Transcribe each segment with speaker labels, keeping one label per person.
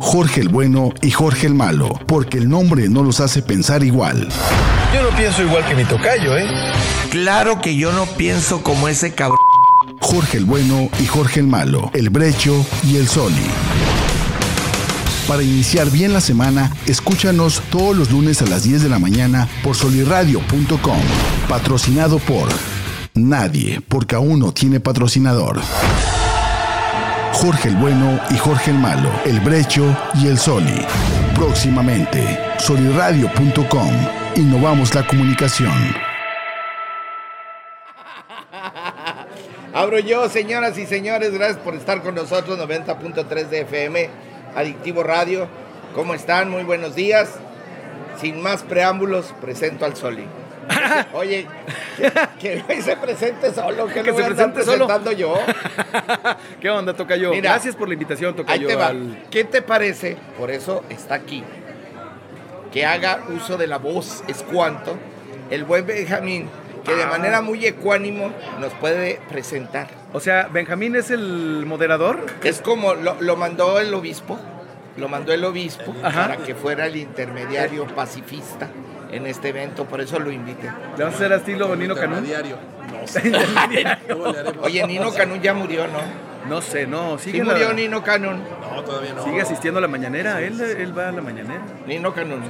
Speaker 1: Jorge el Bueno y Jorge el Malo, porque el nombre no los hace pensar igual.
Speaker 2: Yo no pienso igual que mi tocayo, ¿eh?
Speaker 3: Claro que yo no pienso como ese cabrón.
Speaker 1: Jorge el Bueno y Jorge el Malo, el Brecho y el Soli. Para iniciar bien la semana, escúchanos todos los lunes a las 10 de la mañana por soliradio.com, patrocinado por Nadie, porque aún no tiene patrocinador. Jorge el Bueno y Jorge el Malo, El Brecho y El Soli. Próximamente, soliradio.com. Innovamos la comunicación.
Speaker 4: Abro yo, señoras y señores, gracias por estar con nosotros, 90.3 de FM, Adictivo Radio. ¿Cómo están? Muy buenos días. Sin más preámbulos, presento al Soli. Oye, que- que hoy se presente solo, que,
Speaker 5: Que
Speaker 4: lo
Speaker 5: se
Speaker 4: voy a estar
Speaker 5: presente solo.
Speaker 4: presentando yo.
Speaker 5: ¿Qué onda, Tocayo?
Speaker 4: Mira.
Speaker 5: Gracias por la invitación,
Speaker 4: Ahí
Speaker 5: Tocayo.
Speaker 4: te va.
Speaker 5: al-
Speaker 4: ¿Qué te parece? Por eso está aquí. Que haga uso de la voz es cuanto el buen Benjamín, que de
Speaker 5: Ah.
Speaker 4: manera muy ecuánimo nos puede presentar.
Speaker 5: O sea, Benjamín es el moderador.
Speaker 4: Es como lo, lo mandó el obispo, lo mandó el obispo
Speaker 5: Ajá.
Speaker 4: para que fuera el intermediario pacifista en este evento, por eso lo invité.
Speaker 5: Le vamos a hacer a estilo Nino Canún.
Speaker 6: Diario.
Speaker 4: Oye, Nino Canún ya murió, ¿no?
Speaker 5: No sé, no. Sigue,
Speaker 4: Sí
Speaker 5: la-
Speaker 4: murió Nino Canún.
Speaker 6: No, todavía no.
Speaker 5: sigue asistiendo a la mañanera. Él, él va a la mañanera.
Speaker 4: Nino Canún.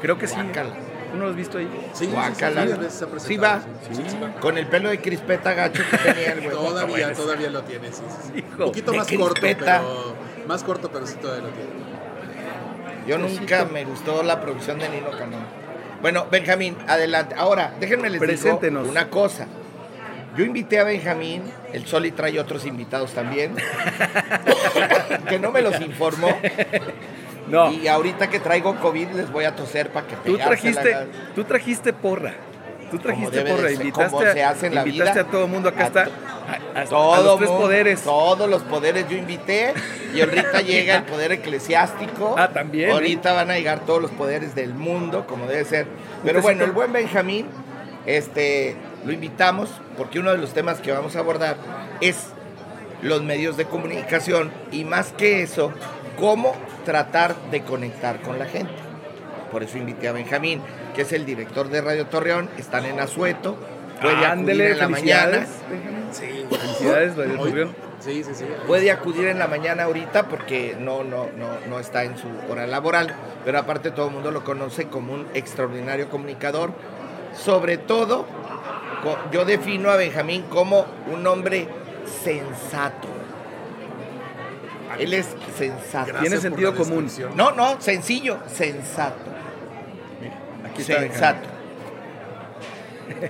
Speaker 5: Creo que sí.
Speaker 4: Guácala.
Speaker 5: ¿Tú no lo has visto ahí?
Speaker 6: Sí, sí, sí,
Speaker 4: Guácala.
Speaker 6: sí, varias veces se ha presentado,
Speaker 4: Sí va.
Speaker 6: sí, sí, sí va.
Speaker 4: Con el pelo de crispeta gacho que tenía el güey.
Speaker 6: Todavía, todavía lo tiene, sí, sí, sí. Un
Speaker 5: Hijo,
Speaker 6: poquito
Speaker 4: de
Speaker 6: más corto,
Speaker 4: crispeta.
Speaker 6: pero... Más corto, pero sí todavía lo tiene.
Speaker 4: Yo nunca me gustó la producción de Nino Canón. Bueno, Benjamín, adelante. Ahora, déjenme les digo
Speaker 5: Preséntenos.
Speaker 4: una cosa. Yo invité a Benjamín, el Soli trae otros invitados también, que no me los informó.
Speaker 5: No.
Speaker 4: Y ahorita que traigo COVID les voy a toser para que
Speaker 5: Tú
Speaker 4: pegársela.
Speaker 5: trajiste, tú trajiste porra. Tú trajiste
Speaker 4: debe de
Speaker 5: porra.
Speaker 4: ser, como
Speaker 5: Invitaste,
Speaker 4: se hace en la
Speaker 5: a, invitaste
Speaker 4: vida.
Speaker 5: a todo el mundo. Acá
Speaker 4: A
Speaker 5: está.
Speaker 4: to-
Speaker 5: a- a- a
Speaker 4: Todo
Speaker 5: los tres
Speaker 4: mundo-
Speaker 5: poderes.
Speaker 4: Todos los poderes yo invité y ahorita llega el poder eclesiástico.
Speaker 5: Ah, también, ¿eh?
Speaker 4: Ahorita van a llegar todos los poderes del mundo, como debe ser. Pero
Speaker 5: Entonces,
Speaker 4: bueno,
Speaker 5: ¿tú-
Speaker 4: el buen Benjamín, este, lo invitamos porque uno de los temas que vamos a abordar es los medios de comunicación y más que eso, cómo tratar de conectar con la gente. Por eso invité a Benjamín, que es el director de Radio Torreón, están en Azueto, puede
Speaker 5: Ándele,
Speaker 4: acudir en la mañana.
Speaker 5: felicidades.
Speaker 6: Sí.
Speaker 5: Felicidades, Radio
Speaker 6: Hoy-
Speaker 5: Torreón.
Speaker 6: Sí, sí, sí.
Speaker 4: Puede acudir en la mañana ahorita porque no, no, no, no está en su hora laboral, pero aparte todo el mundo lo conoce como un extraordinario comunicador. Sobre todo, co- yo defino a Benjamín como un hombre sensato. Él es sensato.
Speaker 6: Gracias por
Speaker 5: sentido
Speaker 6: la
Speaker 5: común.
Speaker 6: descripción.
Speaker 4: No, no, sencillo, sensato.
Speaker 5: Aquí está Benjamín.
Speaker 4: sensato.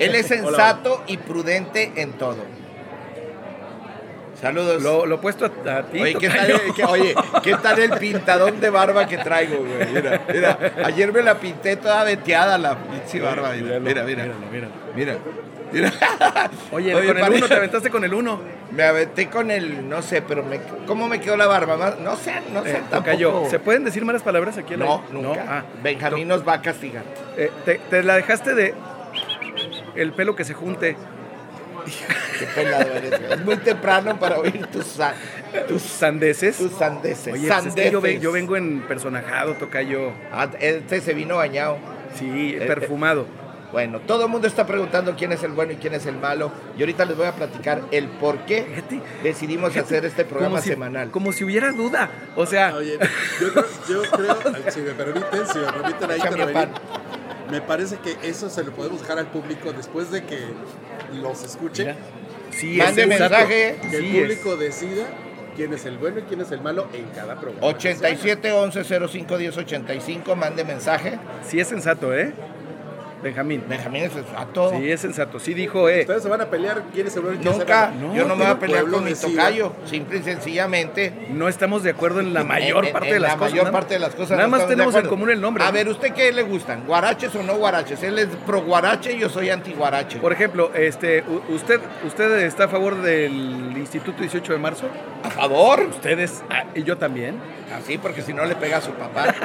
Speaker 4: Él es sensato y prudente en todo. Saludos.
Speaker 5: Lo, lo opuesto a, a ti.
Speaker 4: Oye ¿qué, tal,
Speaker 5: tocayo.
Speaker 4: qué- oye, ¿qué tal el pintadón de barba que traigo, güey? Mira, mira, ayer me la pinté toda veteada la pinche barba. Mira, mira, mira.
Speaker 5: Míralo, míralo.
Speaker 4: mira, mira.
Speaker 5: Oye,
Speaker 4: Oye,
Speaker 5: con el
Speaker 4: pare-
Speaker 5: uno, te aventaste con el uno.
Speaker 4: Me aventé con el, no sé, pero me, ¿cómo me quedó la barba? Más- No sé, no sé,
Speaker 5: Eh,
Speaker 4: tampoco.
Speaker 5: Tocayo, ¿Se pueden decir malas palabras aquí? al
Speaker 4: No,
Speaker 5: aire?
Speaker 4: nunca.
Speaker 5: Ah,
Speaker 4: Benjamín nos va a castigar.
Speaker 5: eh, te, te la dejaste de el pelo que se junte.
Speaker 4: Qué pelado eres, güey. Es muy temprano para oír tus, sa-
Speaker 5: Tus sandeces.
Speaker 4: tus sandeces.
Speaker 5: Oye, pues es que yo, ve-
Speaker 4: Sandeces.
Speaker 5: yo vengo en personajado, Tocayo.
Speaker 4: Ah, Este se vino bañado.
Speaker 5: Sí,
Speaker 4: Eh,
Speaker 5: perfumado.
Speaker 4: Bueno, todo el mundo está preguntando quién es el bueno y quién es el malo. Y ahorita les voy a platicar el por qué
Speaker 5: Fíjate.
Speaker 4: decidimos hacer este programa
Speaker 5: Como si-
Speaker 4: semanal. Ah,
Speaker 5: Como si hubiera duda. O sea,
Speaker 6: Oye, yo creo, yo creo si me permiten, si me permiten ahí
Speaker 4: Échame
Speaker 6: intervenir,
Speaker 4: pan.
Speaker 6: me parece que eso se lo podemos dejar al público después de que los escuche.
Speaker 5: Mira. sí,
Speaker 4: Mande
Speaker 5: exacto.
Speaker 4: mensaje.
Speaker 6: Que
Speaker 5: Sí,
Speaker 6: el público decida quién es el bueno y quién es el malo en cada programa.
Speaker 4: 87 11 05 10 85, mande mensaje.
Speaker 5: es, sí es sensato, ¿eh? Benjamín.
Speaker 4: Benjamín es sensato.
Speaker 5: Sí, es sensato. Sí dijo, eh.
Speaker 6: Ustedes se van a pelear quién es el bueno y quién es el
Speaker 4: Nunca,
Speaker 6: malo.
Speaker 5: No,
Speaker 4: yo no me voy a
Speaker 6: que el
Speaker 4: pelear
Speaker 6: pueblo
Speaker 4: con mi
Speaker 6: decida.
Speaker 4: tocayo. Simple y sencillamente.
Speaker 5: No estamos de acuerdo en la mayor
Speaker 4: En- en-
Speaker 5: parte
Speaker 4: en
Speaker 5: de las
Speaker 4: la
Speaker 5: cosas.
Speaker 4: mayor
Speaker 5: nada-
Speaker 4: parte de las cosas.
Speaker 5: Nada
Speaker 4: no
Speaker 5: más
Speaker 4: estamos de
Speaker 5: tenemos en
Speaker 4: acuerdo.
Speaker 5: común el nombre.
Speaker 4: A
Speaker 5: ¿no?
Speaker 4: ver, ¿usted qué le gustan? ¿Guaraches o no guaraches? Él es pro guarache y yo soy anti guarache.
Speaker 5: Por ejemplo, este, u- usted, usted está a favor del Instituto 18 de marzo.
Speaker 4: A favor.
Speaker 5: Ustedes ah, y yo también.
Speaker 4: Así, porque si no le pega a su papá.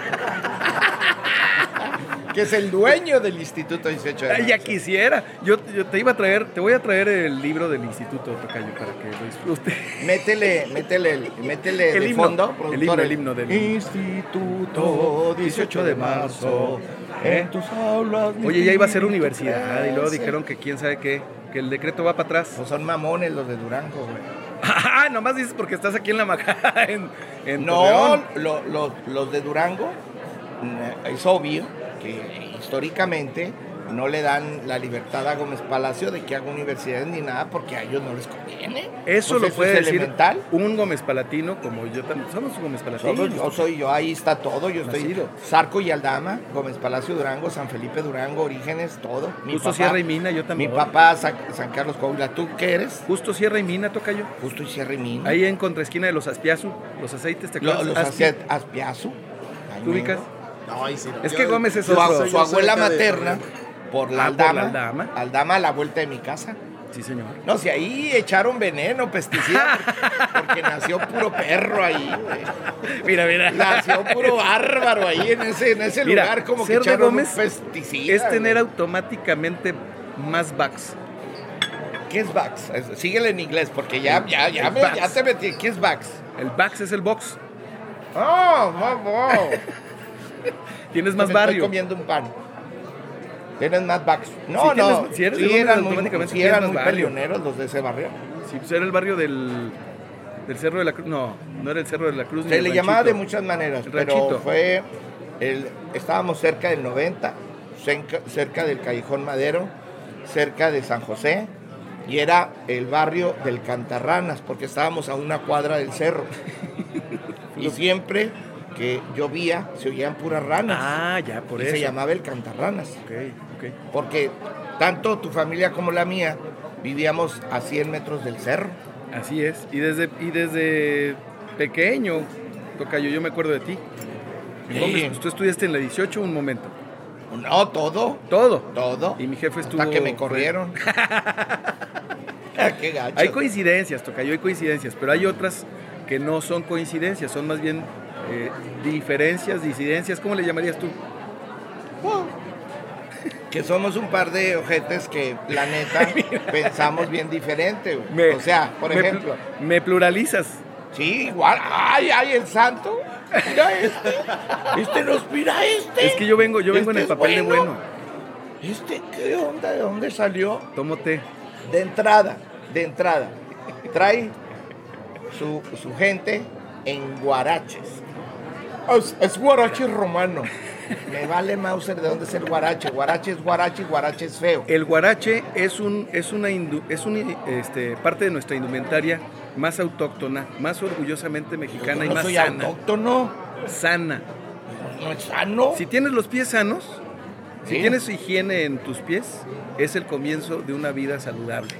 Speaker 4: que es el dueño del Instituto 18 de
Speaker 5: Ay, ya
Speaker 4: marzo.
Speaker 5: quisiera. Yo, yo te iba a traer, te voy a traer el libro del Instituto Tocayo para que lo disfrute.
Speaker 4: Métele, métele, el- métele
Speaker 5: El
Speaker 4: de
Speaker 5: himno,
Speaker 4: fondo,
Speaker 5: el
Speaker 4: productor,
Speaker 5: himno, el himno del-
Speaker 4: Instituto 18 de marzo. En tus aulas. mi
Speaker 5: Oye, ya iba a ser
Speaker 4: espíritu
Speaker 5: universidad y luego
Speaker 4: crece.
Speaker 5: dijeron que quién sabe qué, que el decreto va para atrás.
Speaker 4: Pues son mamones los de Durango, güey.
Speaker 5: Ah, nomás dices porque estás aquí en la majada en, en
Speaker 4: No,
Speaker 5: Torreón.
Speaker 4: lo- lo- los de Durango, mm, es obvio que históricamente no le dan la libertad a Gómez Palacio de que haga universidades ni nada porque a ellos no les conviene.
Speaker 5: Eso
Speaker 4: Pues
Speaker 5: lo puede
Speaker 4: es
Speaker 5: decir
Speaker 4: elemental.
Speaker 5: un Gómez Palatino como yo también. Somos Gómez
Speaker 4: Somos-
Speaker 5: Palatinos.
Speaker 4: yo soy yo, ahí está todo. Yo estoy
Speaker 5: Nacido.
Speaker 4: Zarco y Aldama, Gómez Palacio Durango, San Felipe Durango, Orígenes, todo. Mi
Speaker 5: Justo
Speaker 4: papá,
Speaker 5: Sierra y Mina, yo también.
Speaker 4: Mi papá, San, San Carlos Coahuila, ¿tú qué eres?
Speaker 5: Justo Sierra y Mina, toca yo.
Speaker 4: Justo y Sierra y Mina.
Speaker 5: Ahí en contraesquina de los Aspiazu, los aceites, ¿te
Speaker 4: Lo-
Speaker 5: acuerdas?
Speaker 4: los
Speaker 5: Aspi.
Speaker 4: hacía Aspiazu. Ay,
Speaker 5: ¿Tú ubicas?
Speaker 4: mira.
Speaker 6: No, ahí sí no.
Speaker 5: Es que
Speaker 6: Yo-
Speaker 5: Gómez es
Speaker 6: yo
Speaker 4: Su,
Speaker 5: otro.
Speaker 6: soy-
Speaker 4: ab-
Speaker 6: yo
Speaker 4: su
Speaker 6: soy
Speaker 4: abuela
Speaker 6: acá de
Speaker 4: materna,
Speaker 6: Torreón.
Speaker 4: por la
Speaker 5: Ah, por la
Speaker 4: Aldama.
Speaker 5: Aldama.
Speaker 4: Aldama a la vuelta de mi casa.
Speaker 5: Sí, señor.
Speaker 4: No, si ahí echaron veneno, pesticida, porque, porque nació puro perro ahí, güey.
Speaker 5: Mira, mira.
Speaker 4: Nació puro bárbaro ahí en ese, en ese
Speaker 5: Mira,
Speaker 4: lugar, como que
Speaker 5: ser de
Speaker 4: echaron
Speaker 5: Gómez
Speaker 4: un pesticida.
Speaker 5: es tener
Speaker 4: güey.
Speaker 5: automáticamente más backs.
Speaker 4: ¿Qué es Vax? Es- Síguele en inglés, porque ya, ya, ya,
Speaker 5: El
Speaker 4: me- ya
Speaker 5: Vax.
Speaker 4: te metí. ¿Qué es Vax?
Speaker 5: El backs es el box.
Speaker 4: ¡Oh, wow!
Speaker 5: Tienes más barrio.
Speaker 4: Estoy comiendo un pan. Tienes más Vax. No,
Speaker 5: Si tienes-
Speaker 4: no.
Speaker 5: si eres
Speaker 4: sí
Speaker 5: de Gómez,
Speaker 4: eran muy,
Speaker 5: automáticamente
Speaker 4: sí eran
Speaker 5: tienes
Speaker 4: muy
Speaker 5: más barrio.
Speaker 4: peleoneros los de ese barrio.
Speaker 5: Si pues, era el barrio del, del Cerro de la Cruz. No, no era el Cerro de la Cruz. ni
Speaker 4: Se
Speaker 5: el
Speaker 4: le llamaba de
Speaker 5: ranchito.
Speaker 4: muchas maneras,
Speaker 5: El
Speaker 4: pero
Speaker 5: ranchito.
Speaker 4: fue. El, estábamos cerca del 90, cerca, cerca del Callejón Madero, cerca de San José, y era el barrio del Cantarranas, porque estábamos a una cuadra del cerro. y siempre que llovía se oían puras ranas.
Speaker 5: Ah, ya, por
Speaker 4: y
Speaker 5: eso.
Speaker 4: se llamaba el Cantarranas,
Speaker 5: Ok, ok.
Speaker 4: porque tanto tu familia como la mía vivíamos a 100 metros del cerro.
Speaker 5: Así es. Y desde, y desde pequeño, Tocayo, yo me acuerdo de ti.
Speaker 4: Sí.
Speaker 5: Gómez, pues, tú estudiaste en la 18 un momento.
Speaker 4: No, todo.
Speaker 5: Todo.
Speaker 4: Todo.
Speaker 5: Y mi
Speaker 4: Hasta
Speaker 5: jefe estuvo.
Speaker 4: que me
Speaker 5: fue-
Speaker 4: corrieron. Ah, Qué gacho.
Speaker 5: Hay coincidencias, Tocayo, hay coincidencias, pero hay otras que no son coincidencias, son más bien eh, diferencias, disidencias. ¿Cómo le llamarías tú?
Speaker 4: que somos un par de ojetes que, la neta, pensamos bien diferente. güey.
Speaker 5: Me-
Speaker 4: o sea, por
Speaker 5: me plu-
Speaker 4: ejemplo,
Speaker 5: Me pluralizas.
Speaker 4: sí, igual. ¡Ay, ay, el santo! Mira este. Este nos mira este.
Speaker 5: Es que yo vengo, yo vengo en
Speaker 4: Este
Speaker 5: el
Speaker 4: es
Speaker 5: papel de
Speaker 4: bueno.
Speaker 5: bueno.
Speaker 4: Este, ¿qué onda? ¿De dónde salió?
Speaker 5: Tomo té.
Speaker 4: De entrada, de entrada. Trae su, su gente en guaraches.
Speaker 5: Ah,
Speaker 4: Es, es guarache romano. Me vale Mauser de dónde es el guarache. Guarache es guarache y guarache es feo.
Speaker 5: El guarache es un es una indu- es un, este, parte de nuestra indumentaria más autóctona, más orgullosamente mexicana y
Speaker 4: Yo no
Speaker 5: más
Speaker 4: soy
Speaker 5: sana.
Speaker 4: autóctono.
Speaker 5: Sana.
Speaker 4: No es sano.
Speaker 5: Si tienes los pies sanos,
Speaker 4: Sí.
Speaker 5: si tienes higiene en tus pies, es el comienzo de una vida saludable.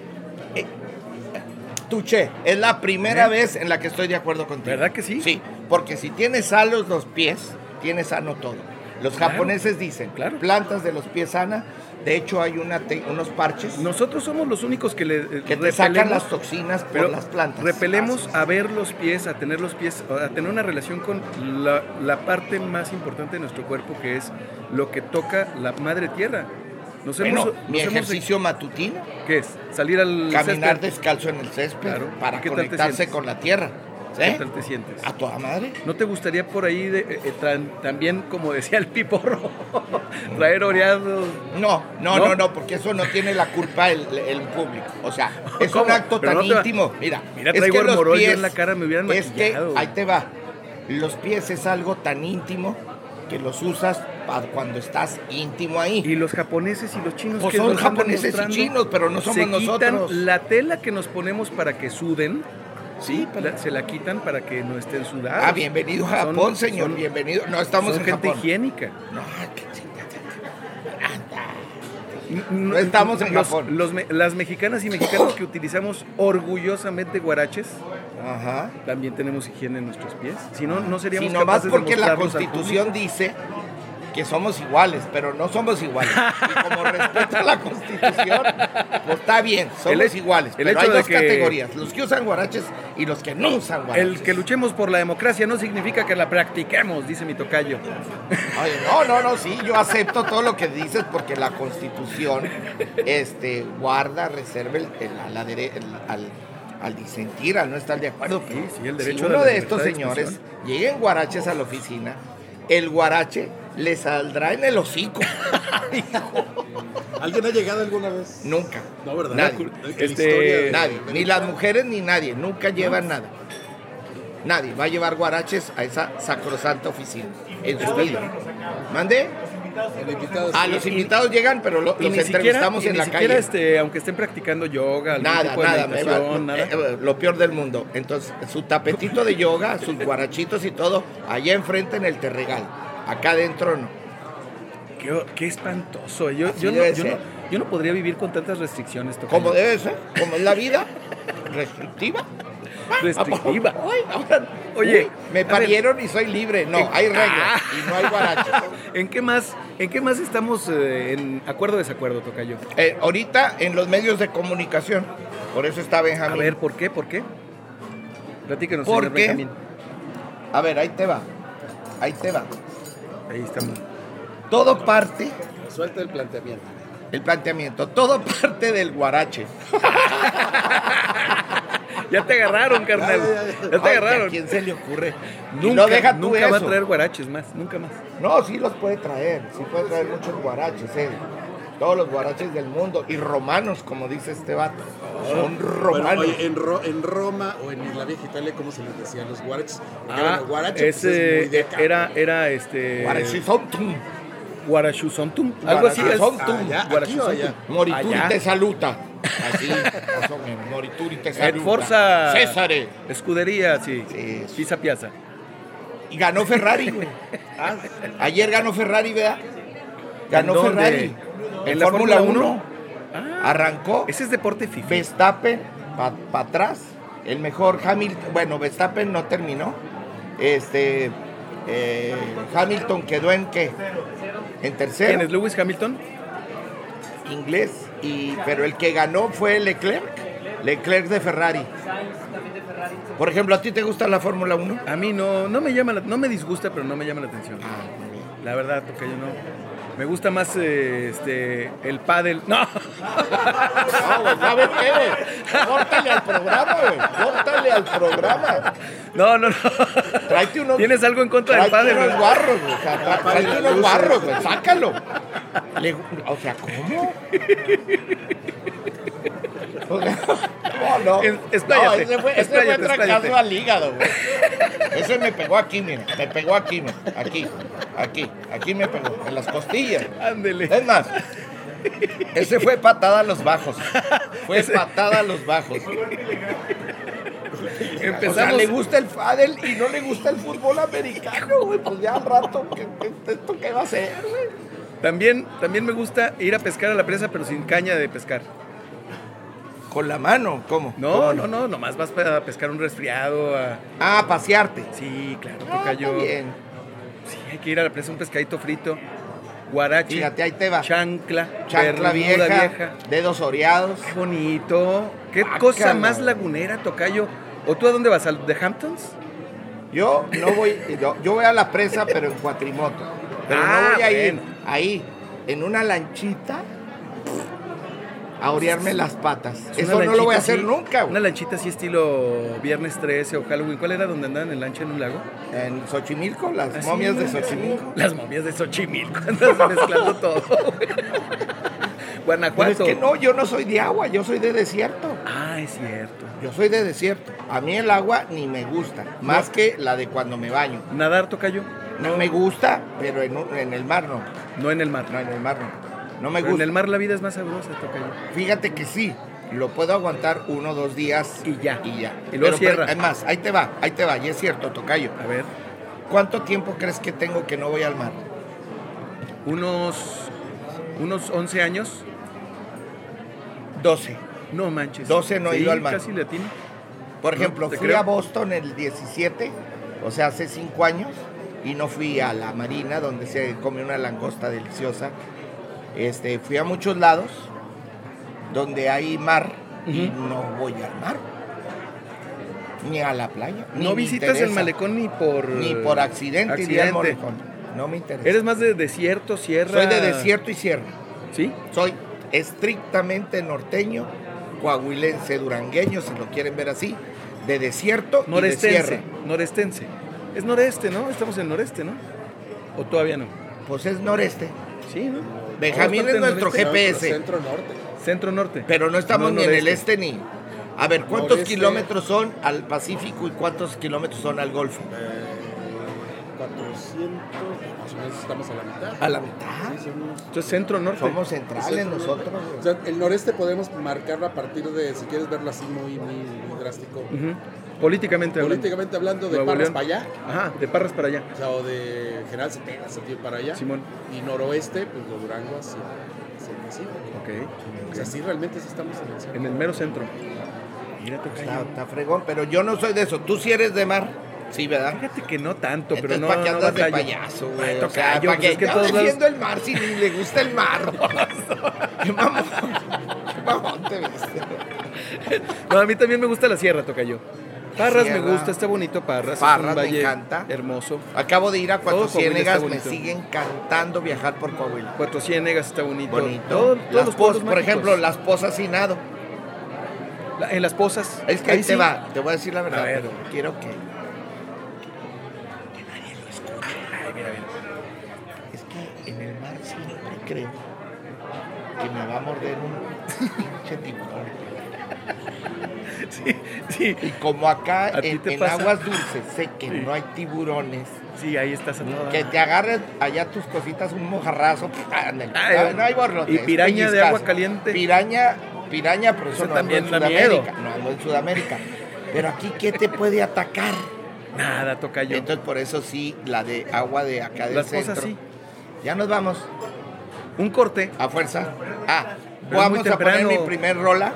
Speaker 4: Tuche, es la primera
Speaker 5: ¿Eh?
Speaker 4: vez en la que estoy de acuerdo contigo.
Speaker 5: ¿Verdad que sí?
Speaker 4: Sí, porque si tienes sanos los pies, tienes sano todo. Los
Speaker 5: Claro,
Speaker 4: japoneses dicen,
Speaker 5: claro.
Speaker 4: plantas de los pies sana. De hecho, hay una te- unos parches.
Speaker 5: Nosotros somos los únicos que le eh,
Speaker 4: que te
Speaker 5: repelemos-
Speaker 4: sacan las toxinas por
Speaker 5: pero
Speaker 4: las plantas. Ah,
Speaker 5: Repelemos a ver los pies, a tener los pies, a tener una relación con la, la parte más importante de nuestro cuerpo, que es lo que toca la madre tierra. Nos
Speaker 4: Bueno,
Speaker 5: hemos,
Speaker 4: mi
Speaker 5: nos hemos-
Speaker 4: ejercicio matutino,
Speaker 5: ¿Qué es? Salir al
Speaker 4: caminar
Speaker 5: césped.
Speaker 4: descalzo en el césped
Speaker 5: Claro.
Speaker 4: para
Speaker 5: ¿Y qué tal te
Speaker 4: conectarse
Speaker 5: sientes?
Speaker 4: con la tierra. ¿Sí?
Speaker 5: ¿Qué tal te sientes?
Speaker 4: A toda madre.
Speaker 5: ¿No te gustaría por ahí de- eh, eh, tran- también, como decía el piporro, traer oreados?
Speaker 4: No, no, no,
Speaker 5: ¿No?
Speaker 4: no, porque eso no tiene la culpa el, el público. O sea, es un
Speaker 5: ¿Cómo?
Speaker 4: acto
Speaker 5: Pero
Speaker 4: tan
Speaker 5: no te va-
Speaker 4: íntimo. Mira,
Speaker 5: Mira,
Speaker 4: es
Speaker 5: traigo
Speaker 4: que los
Speaker 5: hermorroide
Speaker 4: pies,
Speaker 5: en la cara, me hubieran
Speaker 4: es que,
Speaker 5: maquillado.
Speaker 4: ahí te va. Los pies es algo tan íntimo que los usas pa- cuando estás íntimo ahí.
Speaker 5: Y los japoneses y los chinos
Speaker 4: Pues
Speaker 5: que
Speaker 4: son
Speaker 5: nos andan
Speaker 4: japoneses y
Speaker 5: mostrando,
Speaker 4: chinos, pero no somos
Speaker 5: se
Speaker 4: nosotros.
Speaker 5: Quitan la tela que nos ponemos para que suden,
Speaker 4: Sí, pero-
Speaker 5: la- se la quitan para que no estén sudados.
Speaker 4: Ah, bienvenido a
Speaker 5: Son-
Speaker 4: Japón, señor.
Speaker 5: son-
Speaker 4: bienvenido. No estamos
Speaker 5: son
Speaker 4: en
Speaker 5: gente
Speaker 4: Japón.
Speaker 5: higiénica.
Speaker 4: No, qué chingada.
Speaker 5: No
Speaker 4: estamos en
Speaker 5: los-
Speaker 4: Japón.
Speaker 5: los me- las mexicanas y mexicanos que utilizamos orgullosamente guaraches,
Speaker 4: Ajá.
Speaker 5: también tenemos higiene en nuestros pies. Si no, no seríamos
Speaker 4: Sino más
Speaker 5: capaces de
Speaker 4: porque la
Speaker 5: mostrarlos al
Speaker 4: Constitución dice que somos iguales, pero no somos iguales. Y como respeto a la Constitución, pues está bien, somos
Speaker 5: El he-
Speaker 4: iguales.
Speaker 5: el
Speaker 4: Pero
Speaker 5: hecho
Speaker 4: hay
Speaker 5: de
Speaker 4: dos
Speaker 5: que-
Speaker 4: categorías, los que usan guaraches y los que no usan guaraches.
Speaker 5: El que luchemos por la democracia no significa que la practiquemos, dice mi tocayo.
Speaker 4: Oye, no, no, no, sí, yo acepto todo lo que dices porque la Constitución este, guarda, reserva el- el- a la dere- el- al, al disentir, al no estar de acuerdo.
Speaker 5: Sí, sí, el
Speaker 4: si
Speaker 5: derecho a la
Speaker 4: uno de
Speaker 5: libertad
Speaker 4: estos
Speaker 5: de
Speaker 4: señores
Speaker 5: expresión.
Speaker 4: llega en guaraches a la oficina, el guarache le saldrá en el hocico.
Speaker 6: ¿Alguien ha llegado alguna vez?
Speaker 4: Nunca.
Speaker 6: No, ¿verdad?
Speaker 4: Nadie.
Speaker 6: Que la
Speaker 5: Este,
Speaker 6: historia de-
Speaker 4: Nadie,
Speaker 6: de-
Speaker 4: ni las mujeres ni nadie, nunca llevan nada. Nadie va a llevar guaraches a esa sacrosanta oficina en su vida. ¿Mande?
Speaker 6: El invitado
Speaker 4: A
Speaker 6: sí.
Speaker 4: Ah, los invitados llegan, pero lo-
Speaker 5: Y
Speaker 4: los
Speaker 5: ni siquiera-
Speaker 4: entrevistamos
Speaker 5: y
Speaker 4: en
Speaker 5: ni
Speaker 4: la
Speaker 5: siquiera,
Speaker 4: calle.
Speaker 5: Este, aunque estén practicando yoga, algún
Speaker 4: Nada,
Speaker 5: tipo de
Speaker 4: nada, me va-
Speaker 5: meditación, nada.
Speaker 4: eh, eh, lo peor del mundo. Entonces, su tapetito de yoga, sus guarachitos y todo, allá enfrente en el terregal. Acá adentro no.
Speaker 5: Qué, qué espantoso. eh. Yo,
Speaker 4: Así
Speaker 5: yo, no,
Speaker 4: debe
Speaker 5: yo, no,
Speaker 4: ser.
Speaker 5: yo no podría vivir con tantas restricciones. tocayo.
Speaker 4: Como debe ser, como es la vida, restrictiva.
Speaker 5: Restrictiva.
Speaker 4: Ay, ahora-
Speaker 5: Oye,
Speaker 4: uy, me
Speaker 5: a ver.
Speaker 4: parieron y soy libre. No, hay reglas
Speaker 5: Ah.
Speaker 4: y no hay guaraches.
Speaker 5: ¿En qué más, en qué más estamos eh, en acuerdo o desacuerdo, tocayo?
Speaker 4: Eh, ahorita en los medios de comunicación, por eso está
Speaker 5: A
Speaker 4: Benjamín.
Speaker 5: ver, ¿por qué? ¿Por qué? Platíquenos,
Speaker 4: ¿Por
Speaker 5: señor
Speaker 4: qué?
Speaker 5: Benjamín.
Speaker 4: a ver, ahí te va. Ahí te va.
Speaker 5: Ahí estamos.
Speaker 4: Todo parte
Speaker 6: Suelta el planteamiento.
Speaker 4: El planteamiento, todo parte del guarache.
Speaker 5: Ya te agarraron, carnal. Ya te
Speaker 4: Ay,
Speaker 5: agarraron.
Speaker 4: ¿A quién se le ocurre? Y
Speaker 5: Nunca,
Speaker 4: no deja tú
Speaker 5: nunca va a
Speaker 4: eso.
Speaker 5: traer guaraches más, nunca más.
Speaker 4: No, sí los puede traer, sí puede traer muchos guaraches, eh. Todos los guaraches del mundo y romanos, como dice este vato. Son
Speaker 6: Bueno,
Speaker 4: romanos.
Speaker 6: oye, en, Ro- en Roma o en la vieja Italia, ¿cómo se les decía? Los guaraches. Porque,
Speaker 5: Ah,
Speaker 6: bueno, guarache, pues,
Speaker 5: ese
Speaker 4: e-,
Speaker 6: es muy de acá.
Speaker 5: era, era este.
Speaker 4: Guaraches son tum,
Speaker 5: Guarachuzontum. Algo así es.
Speaker 4: Guarachuzontum.
Speaker 6: Allá, aquí
Speaker 5: Guarachuzontum.
Speaker 6: o allá.
Speaker 4: Morituri
Speaker 5: Allá.
Speaker 4: te saluta. Así, más o menos, Morituri te
Speaker 5: Et
Speaker 4: saluta.
Speaker 5: Forza.
Speaker 4: Césare.
Speaker 5: Escudería, sí.
Speaker 4: Sí.
Speaker 5: Pisa Piazza.
Speaker 4: Y ganó Ferrari, güey. Ah, Ayer ganó Ferrari, ¿verdad? Ganó
Speaker 5: ¿En dónde?
Speaker 4: Ferrari.
Speaker 5: ¿En la Fórmula 1?
Speaker 4: Arrancó.
Speaker 5: Ese es deporte FIFA.
Speaker 4: Pues, Verstappen para atrás. El mejor Hamilton. Bueno, Verstappen no terminó. Este. eh, Hamilton quedó en qué? En
Speaker 5: ¿Quién
Speaker 4: tercero.
Speaker 5: es Lewis Hamilton?
Speaker 4: Inglés. Y, pero el que ganó fue Leclerc. Leclerc de Ferrari. Por ejemplo, ¿a ti te gusta la Fórmula 1?
Speaker 5: A mí no, no me llama, la- no me disgusta, pero no me llama la atención.
Speaker 4: Ah,
Speaker 5: La verdad, porque yo no. Me gusta más eh, este el pádel. No,
Speaker 4: No, güey, ¿sabes qué, güey? Córtale al programa, güey. Córtale al programa.
Speaker 5: no, no, no.
Speaker 4: Tráete unos.
Speaker 5: ¿Tienes algo en contra del
Speaker 4: tráete
Speaker 5: pádel?
Speaker 4: unos barros, güey. O sea, tra- Tráete unos barros, güey. Sácalo. Le- o sea, ¿cómo? O sea, no, no.
Speaker 5: Es- expláyate,
Speaker 4: no, ese fue, ese fue
Speaker 5: expláyate,
Speaker 4: trancazo
Speaker 5: expláyate.
Speaker 4: al hígado, güey. Ese me pegó aquí, mira. Me pegó aquí, mira. Aquí, aquí, aquí me pegó. En las costillas.
Speaker 5: Ándele.
Speaker 4: Es más, ese fue patada a los bajos. Fue
Speaker 5: Ese-
Speaker 4: patada a los bajos. O sea,
Speaker 5: Empezamos.
Speaker 4: le gusta el pádel y no le gusta el fútbol americano, güey. Pues ya al rato, ¿qué, qué- esto qué va a ser, güey?
Speaker 5: También, también me gusta ir a pescar a la presa, pero sin caña de pescar.
Speaker 4: Con la mano, ¿cómo?
Speaker 5: No, no, no, nomás vas a pescar un resfriado. a-
Speaker 4: Ah, pasearte.
Speaker 5: Sí, claro,
Speaker 4: Ah,
Speaker 5: tocayo.
Speaker 4: está bien.
Speaker 5: Sí, hay que ir a la presa un pescadito frito, guarache,
Speaker 4: Fíjate, ahí te va.
Speaker 5: chancla,
Speaker 4: Chancla
Speaker 5: bermuda
Speaker 4: vieja, dedos oreados.
Speaker 5: Qué bonito. Qué
Speaker 4: Ah,
Speaker 5: cosa
Speaker 4: caray.
Speaker 5: más lagunera, tocayo. ¿O tú a dónde vas? ¿Al de Hamptons?
Speaker 4: Yo no voy, yo, yo voy a la presa, pero en cuatrimoto. Pero
Speaker 5: Ah,
Speaker 4: no voy a ir
Speaker 5: bueno.
Speaker 4: ahí, en una lanchita, a orearme las patas.
Speaker 5: Es
Speaker 4: Eso
Speaker 5: una
Speaker 4: no lo voy a
Speaker 5: lanchita
Speaker 4: hacer
Speaker 5: así,
Speaker 4: nunca,
Speaker 5: Una
Speaker 4: güey.
Speaker 5: lanchita así estilo Viernes 13 o Halloween. ¿Cuál era donde andaban en lancha en un lago?
Speaker 4: En Xochimilco, las
Speaker 5: Así,
Speaker 4: momias de
Speaker 5: ¿no?
Speaker 4: Xochimilco.
Speaker 5: Las momias de Xochimilco. Andas mezclando todo. güey.
Speaker 4: Pero es
Speaker 5: Guanajuato.
Speaker 4: que no, yo no soy de agua, yo soy de desierto.
Speaker 5: Ah, es cierto.
Speaker 4: Yo soy de desierto. A mí el agua ni me gusta, más que la de cuando me baño.
Speaker 5: Nadar, tocayo.
Speaker 4: No me gusta, pero en, un- en el mar no.
Speaker 5: No en el mar.
Speaker 4: No, en el mar no. No me
Speaker 5: Pero en
Speaker 4: gusta.
Speaker 5: el mar la vida es más sabrosa, tocayo.
Speaker 4: Fíjate que sí, lo puedo aguantar uno o dos días.
Speaker 5: Y ya.
Speaker 4: Y ya.
Speaker 5: Y luego cierra.
Speaker 4: Es más, ahí te va, ahí te va, y es cierto, Tocayo.
Speaker 5: A ver,
Speaker 4: ¿Cuánto tiempo crees que tengo que no voy al mar?
Speaker 5: unos, unos 11 años.
Speaker 4: 12.
Speaker 5: No manches.
Speaker 4: 12 no he
Speaker 5: Sí,
Speaker 4: ido al mar.
Speaker 5: Casi latino.
Speaker 4: Por
Speaker 5: No,
Speaker 4: ejemplo,
Speaker 5: te
Speaker 4: fui
Speaker 5: creo.
Speaker 4: a Boston el 17, o sea, hace 5 años, y no fui a la marina donde se come una langosta deliciosa. Este, fui a muchos lados donde hay mar y no voy al mar. Ni a la playa. ni
Speaker 5: No
Speaker 4: me
Speaker 5: visitas el
Speaker 4: interesa.
Speaker 5: malecón ni por...
Speaker 4: Ni por accidente, diría el
Speaker 5: accidente.
Speaker 4: malecón. No me interesa.
Speaker 5: Eres más de desierto, sierra.
Speaker 4: Soy de desierto y sierra.
Speaker 5: ¿Sí?
Speaker 4: Soy estrictamente norteño, coahuilense, durangueño, si lo quieren ver así, de desierto y de
Speaker 5: Norestense.
Speaker 4: sierra.
Speaker 5: Norestense. Es noreste, ¿no? Estamos en noreste, ¿no? ¿O todavía no?
Speaker 4: Pues es noreste.
Speaker 5: Sí, ¿no?
Speaker 4: Benjamín
Speaker 5: Ahora
Speaker 4: es
Speaker 5: parte
Speaker 4: nuestro
Speaker 5: noreste,
Speaker 4: GPS,
Speaker 6: Centro norte.
Speaker 5: Centro norte.
Speaker 4: pero no estamos
Speaker 5: No,
Speaker 4: ni en el
Speaker 5: noreste.
Speaker 4: este ni. A ver, ¿cuántos
Speaker 6: Noreste.
Speaker 4: kilómetros son al Pacífico y cuántos kilómetros son al Golfo?
Speaker 6: Eh, 400. Más o menos estamos a la mitad.
Speaker 4: A la mitad.
Speaker 6: Sí, son unos-
Speaker 5: Entonces, centro norte.
Speaker 4: Somos centrales
Speaker 6: Centro
Speaker 4: nosotros.
Speaker 6: O
Speaker 4: güey.
Speaker 6: sea, el noreste podemos marcarlo a partir de, si quieres verlo así muy, muy, muy drástico.
Speaker 5: Ujú. Políticamente hablando.
Speaker 6: Políticamente hablando, de
Speaker 5: Nuevo
Speaker 6: Parras
Speaker 5: León.
Speaker 6: para allá,
Speaker 5: Ajá, de Parras para allá.
Speaker 6: o sea, o de General Cepeda, Satío para allá.
Speaker 5: Simón.
Speaker 6: Y noroeste, pues de Durango hacia, hacia el Pacífico.
Speaker 5: Ok.
Speaker 6: O sea, sí, realmente sí estamos en el centro.
Speaker 5: En el mero centro. Mira,
Speaker 4: Está,
Speaker 5: tocayo.
Speaker 4: está fregón, pero yo no soy de eso. Tú sí eres de mar. Sí, ¿verdad?
Speaker 5: Fíjate que no tanto, pero
Speaker 4: Entonces,
Speaker 5: no.
Speaker 4: ¿para qué
Speaker 5: no
Speaker 4: andas de
Speaker 5: batallo.
Speaker 4: payaso,
Speaker 5: Ay,
Speaker 4: güey? O sea,
Speaker 5: tocayo,
Speaker 4: ¿para
Speaker 5: pues
Speaker 4: qué?
Speaker 5: es que
Speaker 4: Ya
Speaker 5: todos lados-
Speaker 4: defiendo el mar si ni le gusta el mar. Qué mamón. Qué mamón te ves.
Speaker 5: No, a mí también me gusta la sierra, tocayo. Parras
Speaker 4: Sierra.
Speaker 5: me gusta, está bonito Parras. es
Speaker 4: Parras
Speaker 5: un
Speaker 4: me
Speaker 5: valle
Speaker 4: encanta.
Speaker 5: Hermoso.
Speaker 4: Acabo de ir a Cuatro
Speaker 5: Todo Coahuila
Speaker 4: Ciénegas,
Speaker 5: está
Speaker 4: me
Speaker 5: bonito.
Speaker 4: sigue encantando viajar por Coahuila.
Speaker 5: Cuatro Ciénegas está bonito.
Speaker 4: Bonito.
Speaker 5: Todo- todos
Speaker 4: Las
Speaker 5: los
Speaker 4: Pos-
Speaker 5: pueblos
Speaker 4: por
Speaker 5: mágicos.
Speaker 4: ejemplo, las posas sin nado.
Speaker 5: La- en las pozas.
Speaker 4: Es que ahí, te
Speaker 5: sí.
Speaker 4: va, te voy a decir la verdad.
Speaker 5: A ver.
Speaker 4: pero Quiero que.
Speaker 5: Ay, mira, mira.
Speaker 4: Es que en el mar siempre creo que me va a morder un pinche tiburón.
Speaker 5: Sí, sí.
Speaker 4: Y como acá
Speaker 5: ¿A ti
Speaker 4: en,
Speaker 5: te
Speaker 4: en
Speaker 5: pasa?
Speaker 4: aguas dulces sé que
Speaker 5: Sí.
Speaker 4: no hay tiburones.
Speaker 5: Sí, ahí estás. a toda-
Speaker 4: Que te agarres allá tus cositas, un mojarrazo. pues, ándale,
Speaker 5: Ay,
Speaker 4: no, no hay borlote.
Speaker 5: y piraña de agua caliente.
Speaker 4: Piraña, piraña, pero
Speaker 5: Eso
Speaker 4: eso no
Speaker 5: también
Speaker 4: ando en
Speaker 5: da
Speaker 4: Sudamérica.
Speaker 5: miedo.
Speaker 4: No ando en Sudamérica. Pero aquí, ¿qué te puede atacar?
Speaker 5: Nada, tocayo.
Speaker 4: Entonces, por eso sí, la de agua de acá del
Speaker 5: las
Speaker 4: centro.
Speaker 5: pozas sí.
Speaker 4: Ya nos vamos,
Speaker 5: Un corte.
Speaker 4: a fuerza. Ah,
Speaker 5: Pero es muy
Speaker 4: vamos a poner mi
Speaker 5: temprano.
Speaker 4: primer rola.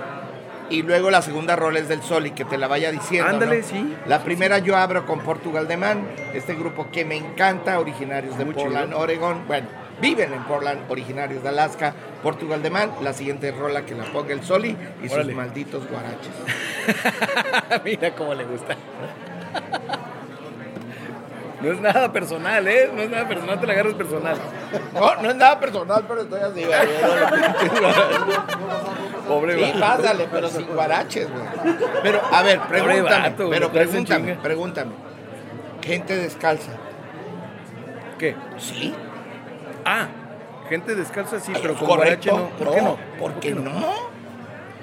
Speaker 4: Y luego la segunda rola es del Sol y que te la vaya diciendo.
Speaker 5: Ándale,
Speaker 4: ¿no?
Speaker 5: sí.
Speaker 4: La primera yo abro con Portugal de Man, este grupo que me encanta, originarios de
Speaker 5: Muy
Speaker 4: Portland,
Speaker 5: chido.
Speaker 4: Oregon. Bueno, viven en Portland, originarios de Alaska. Portugal de Man, la siguiente rola que la ponga el Soli y
Speaker 5: Órale.
Speaker 4: sus malditos guaraches.
Speaker 5: Ah, Mira cómo le gusta. No es nada personal, ¿eh? No es nada personal, te la agarras personal.
Speaker 4: No, no es nada personal, pero estoy así. güey.
Speaker 5: Pobre
Speaker 4: Sí,
Speaker 5: vato.
Speaker 4: pásale, pero sin guaraches, güey. Pero, a ver, pregúntame,
Speaker 5: vato, güey,
Speaker 4: pero
Speaker 5: lo traes en
Speaker 4: pregúntame,
Speaker 5: chinga.
Speaker 4: pregúntame. Gente descalza.
Speaker 5: ¿Qué?
Speaker 4: Sí,
Speaker 5: Ah, gente descalza sí, pero
Speaker 4: Es
Speaker 5: con guarache
Speaker 4: correcto.
Speaker 5: no. ¿Por qué no?
Speaker 4: ¿Por qué no?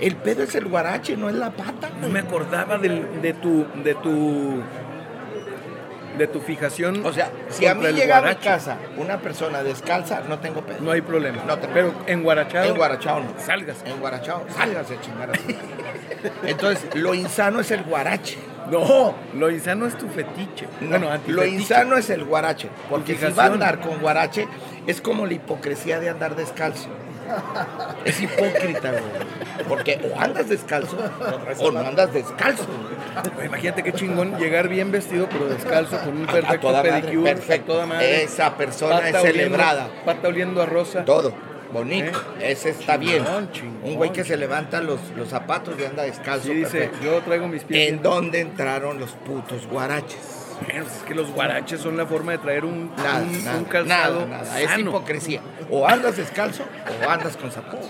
Speaker 4: El pedo es el guarache, no es la pata.
Speaker 5: No me acordaba del- de tu. de tu. de tu fijación.
Speaker 4: O sea, si a mí
Speaker 5: contra el
Speaker 4: llega a mi
Speaker 5: guarache.
Speaker 4: casa una persona descalza, no tengo pedo.
Speaker 5: No hay problema.
Speaker 4: No te-
Speaker 5: pero en guarachado.
Speaker 4: En guarachao no.
Speaker 5: Salgas.
Speaker 4: En guarachao, sálgase a chingar a su madre. Entonces, lo insano es el guarache.
Speaker 5: No, lo insano es tu fetiche. bueno,
Speaker 4: lo
Speaker 5: antifetiche.
Speaker 4: insano es el guarache. Porque si va a
Speaker 5: Fijación.
Speaker 4: andar con guarache, es como la hipocresía de andar descalzo. Es hipócrita, güey. Porque o andas descalzo o no andas descalzo.
Speaker 5: Güey, Pues Imagínate qué chingón llegar bien vestido, pero descalzo, con un
Speaker 4: A- a
Speaker 5: perfecto
Speaker 4: toda madre,
Speaker 5: pedicure.
Speaker 4: perfecto.
Speaker 5: a toda madre.
Speaker 4: Esa persona
Speaker 5: Pata
Speaker 4: es celebrada.
Speaker 5: Oliendo, pata oliendo a rosa.
Speaker 4: Todo. Bonito. Ese está bien.
Speaker 5: ¿Eh? Chingón, chingón.
Speaker 4: Un güey que se levanta los, los zapatos y anda descalzo.
Speaker 5: Y dice,
Speaker 4: perfecto.
Speaker 5: yo traigo mis pies.
Speaker 4: ¿En dónde entraron los putos guaraches?
Speaker 5: Bueno, Es que los guaraches son la forma de traer un,
Speaker 4: Nada,
Speaker 5: un-
Speaker 4: nada,
Speaker 5: un calzado
Speaker 4: nada, nada. Es
Speaker 5: sano.
Speaker 4: hipocresía. O andas descalzo o andas con zapatos.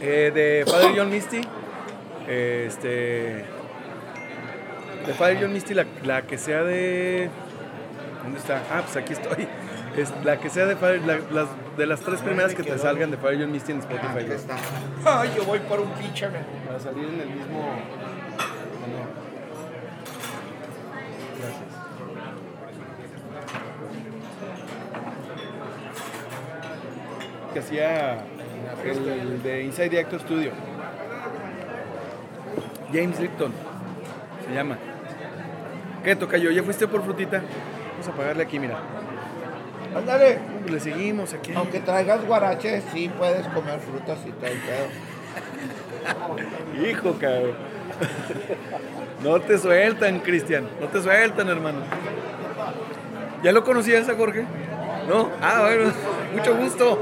Speaker 5: Eh, de Father John Misty, eh, este, de Father John Misty, la, la que sea de, ¿dónde está? Ah, pues aquí estoy. Es la que sea de Father, la- las, de las tres primeras que te salgan de Father John Misty en
Speaker 4: Ah,
Speaker 5: Spotify.
Speaker 4: aquí está. Ay, yo voy por un pinche. güey.
Speaker 5: Para salir en el mismo. Gracias. Que hacía el de Inside Actor Studio. James Lipton se llama. ¿Qué toca yo? ¿Ya fuiste por frutita? Vamos a pagarle aquí, mira.
Speaker 4: Ándale.
Speaker 5: Uh, Le seguimos aquí.
Speaker 4: Aunque traigas guaraches, sí puedes comer frutas y todo el pedo.
Speaker 5: Hijo, cabrón. No te sueltan, Cristian. No te sueltan, hermano. ¿Ya lo conocías a Jorge? No. Ah, bueno, mucho gusto.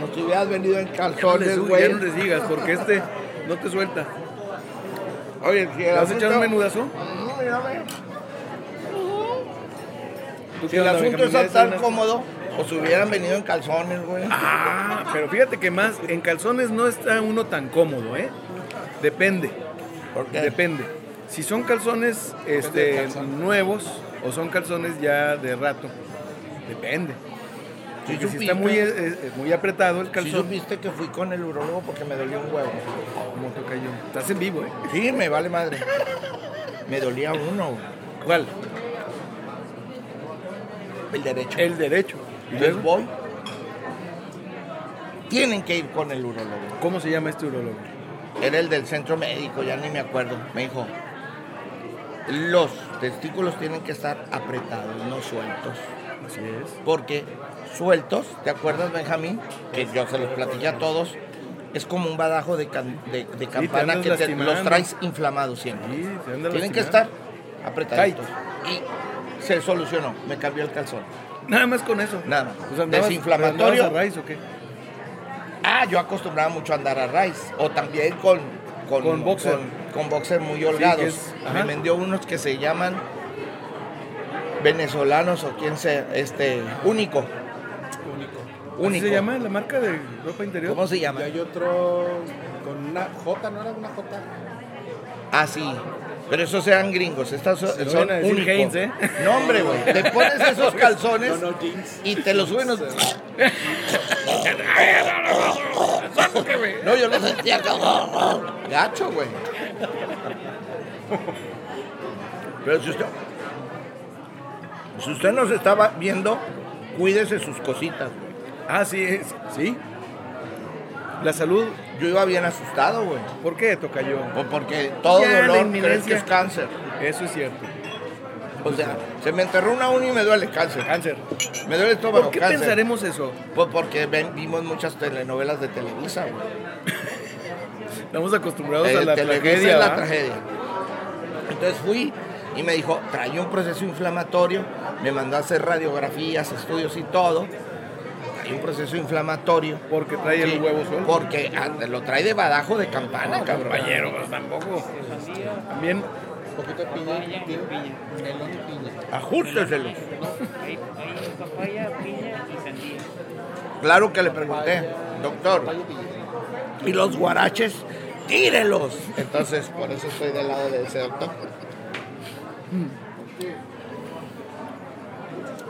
Speaker 4: Nos hubieras venido en
Speaker 5: No les,
Speaker 4: calzones,
Speaker 5: digas,
Speaker 4: güey.
Speaker 5: ya no les digas, porque este no te suelta.
Speaker 4: Oye, si
Speaker 5: ¿Le
Speaker 4: el
Speaker 5: vas a echar un
Speaker 4: asunto-
Speaker 5: menudazo?
Speaker 4: No, mira, ve. Si
Speaker 5: ¿Tú qué
Speaker 4: el
Speaker 5: onda,
Speaker 4: asunto
Speaker 5: Benjamín? ¿Ya
Speaker 4: está tan
Speaker 5: desayunaste?
Speaker 4: cómodo, os hubieran venido en calzones, güey.
Speaker 5: Ah, pero fíjate que más en calzones no está uno tan cómodo, ¿eh? Depende.
Speaker 4: ¿Por qué?
Speaker 5: Depende. Si son calzones este, nuevos o son calzones ya de rato, depende.
Speaker 4: Sí
Speaker 5: Porque si
Speaker 4: supiste-
Speaker 5: está muy, eh, eh, muy apretado el
Speaker 4: sí
Speaker 5: calzón,
Speaker 4: supiste que fui con el urologo porque me dolió un huevo.
Speaker 5: como te cayó. Estás en vivo, ¿eh?
Speaker 4: Sí, me vale madre. Me dolía uno, güey.
Speaker 5: ¿Cuál?
Speaker 4: el derecho.
Speaker 5: El derecho. ¿Y
Speaker 4: Les
Speaker 5: luego?
Speaker 4: voy. Tienen que ir con el urologo.
Speaker 5: ¿Cómo se llama este urologo?
Speaker 4: Era el del centro médico, ya ni me acuerdo. Me dijo, los testículos tienen que estar apretados, no sueltos.
Speaker 5: Así es.
Speaker 4: Porque sueltos, ¿te acuerdas, Benjamín? Que yo se los platiqué a todos. Es como un badajo de, can- de- de campana
Speaker 5: andas
Speaker 4: que te-
Speaker 5: lastimando.
Speaker 4: los traes inflamados siempre.
Speaker 5: Sí, te anda
Speaker 4: Tienen que
Speaker 5: lastimando.
Speaker 4: estar apretaditos. Y se solucionó. Me cambió el calzón.
Speaker 5: Nada más con eso.
Speaker 4: Nada más.
Speaker 5: Pues andabas-
Speaker 4: Desinflamatorio.
Speaker 5: andabas a raíz o qué?
Speaker 4: Ah, yo acostumbraba mucho a andar a raíz. O también con, con,
Speaker 5: Con boxer.
Speaker 4: con- con boxer muy holgados.
Speaker 5: que es-
Speaker 4: Me
Speaker 5: ajá.
Speaker 4: vendió unos que se llaman venezolanos o quién sé, este, único. Único.
Speaker 5: ¿Así
Speaker 4: Único.
Speaker 5: se llama la marca de ropa interior?
Speaker 4: ¿Cómo se
Speaker 6: Y
Speaker 4: llama?
Speaker 6: hay otro con una J, ¿no era una J?
Speaker 4: Ah, sí. Pero esos eran gringos, estas son,
Speaker 5: Se lo
Speaker 4: son
Speaker 5: van a decir
Speaker 4: único.
Speaker 5: Heinz, ¿eh?
Speaker 4: No, hombre, güey. Te pones esos calzones
Speaker 6: No, no, jeans.
Speaker 4: y te los suben. No, yo lo sentía como gacho, güey. Pero si usted, si usted nos estaba viendo, cuídese sus cositas, güey.
Speaker 5: Ah, sí, es- sí. La salud,
Speaker 4: Yo iba bien asustado, güey.
Speaker 5: ¿por qué toca yo?
Speaker 4: o Porque todo
Speaker 5: Ya, la
Speaker 4: dolor crees que
Speaker 5: inminencia.
Speaker 4: es cáncer.
Speaker 5: Eso es cierto.
Speaker 4: O sea, se me enterró una uña y me duele cáncer.
Speaker 5: Cáncer.
Speaker 4: Me duele el estómago,
Speaker 5: ¿Por qué
Speaker 4: cáncer.
Speaker 5: pensaremos eso?
Speaker 4: Pues porque ven- vimos muchas telenovelas de Televisa, güey.
Speaker 5: Estamos acostumbrados
Speaker 4: Eh,
Speaker 5: a la
Speaker 4: Televisa
Speaker 5: tragedia.
Speaker 4: es la
Speaker 5: ¿va?
Speaker 4: tragedia. Entonces fui y me dijo, trae un proceso inflamatorio, me mandó a hacer radiografías, estudios y todo. Hay un proceso inflamatorio.
Speaker 5: Porque trae
Speaker 4: Sí,
Speaker 5: el huevo suelto.
Speaker 4: Porque ah, lo trae de badajo de campana, cabrón.
Speaker 5: Compañero, pues, tampoco. También,
Speaker 6: Un poquito de piña. Tiene melón y piña.
Speaker 4: Ajústeselos.
Speaker 7: Hay, hay papaya, piña y sandía.
Speaker 4: Claro que le pregunté, doctor, ¿y los guaraches? ¡Tírelos! Entonces, por eso estoy del lado de ese doctor.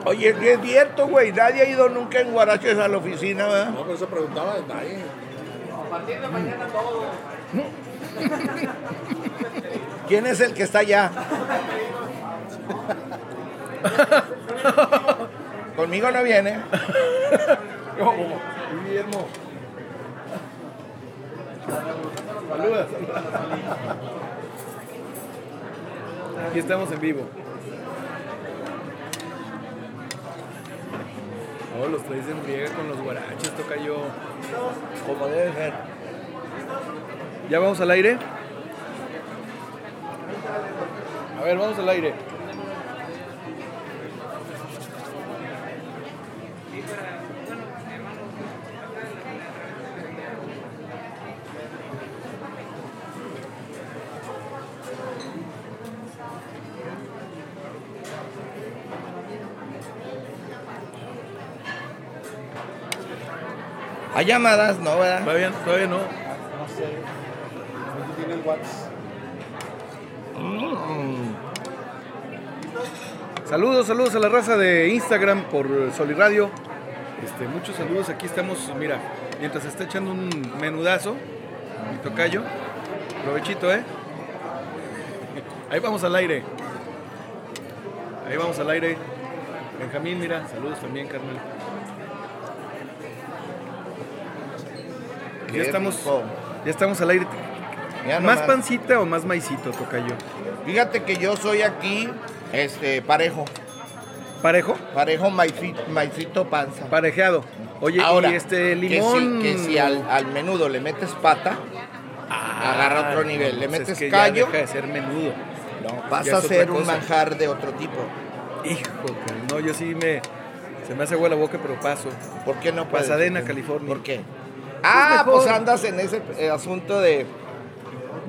Speaker 4: Oye, sí es cierto, güey. Nadie ha ido nunca en guaraches a la oficina, ¿verdad?
Speaker 6: No, por eso preguntaba de nadie.
Speaker 4: ¿Quién es el que está allá? Conmigo no viene.
Speaker 5: Guillermo. Saludas. Aquí estamos en vivo. Oh, los traes en riega con los guaraches, toca yo.
Speaker 4: Como debe ser.
Speaker 5: ¿Ya vamos al aire? A ver, vamos al aire.
Speaker 4: Hay llamadas, ¿no, verdad?
Speaker 5: Todavía, todavía no.
Speaker 6: No sé. ¿Dónde tiene el WhatsApp?
Speaker 5: Saludos, saludos a la raza de Instagram por Soliradio. Este, muchos saludos. Aquí estamos, mira, mientras está echando un menudazo, mi tocayo. Provechito, ¿eh? Ahí vamos al aire. Ahí vamos al aire. Benjamín, mira, saludos también, Carmen.
Speaker 4: Qué
Speaker 5: Ya estamos,
Speaker 4: rico.
Speaker 5: ya estamos al aire.
Speaker 4: Mira
Speaker 5: ¿Más
Speaker 4: nomás.
Speaker 5: pancita o más maicito, tocayo?
Speaker 4: Fíjate que yo soy aquí este, parejo.
Speaker 5: ¿Parejo?
Speaker 4: Parejo maicito, maicito panza.
Speaker 5: Parejeado. Oye,
Speaker 4: Ahora,
Speaker 5: y este
Speaker 4: que si-
Speaker 5: limón.
Speaker 4: Que si, al, al menudo le metes pata, agarra otro nivel. Le
Speaker 5: pues es
Speaker 4: metes
Speaker 5: que ya
Speaker 4: callo,
Speaker 5: deja de ser menudo.
Speaker 4: no, vas
Speaker 5: ya
Speaker 4: a
Speaker 5: es
Speaker 4: hacer
Speaker 5: otra
Speaker 4: un
Speaker 5: cosa.
Speaker 4: manjar de otro tipo.
Speaker 5: Hijo, cabrón, no, yo sí me. Se me hace agua la boca, pero paso.
Speaker 4: ¿Por qué no puedes?
Speaker 5: Pasadena, California.
Speaker 4: ¿Por qué? Ah,
Speaker 5: mejor.
Speaker 4: pues andas en ese eh, asunto de,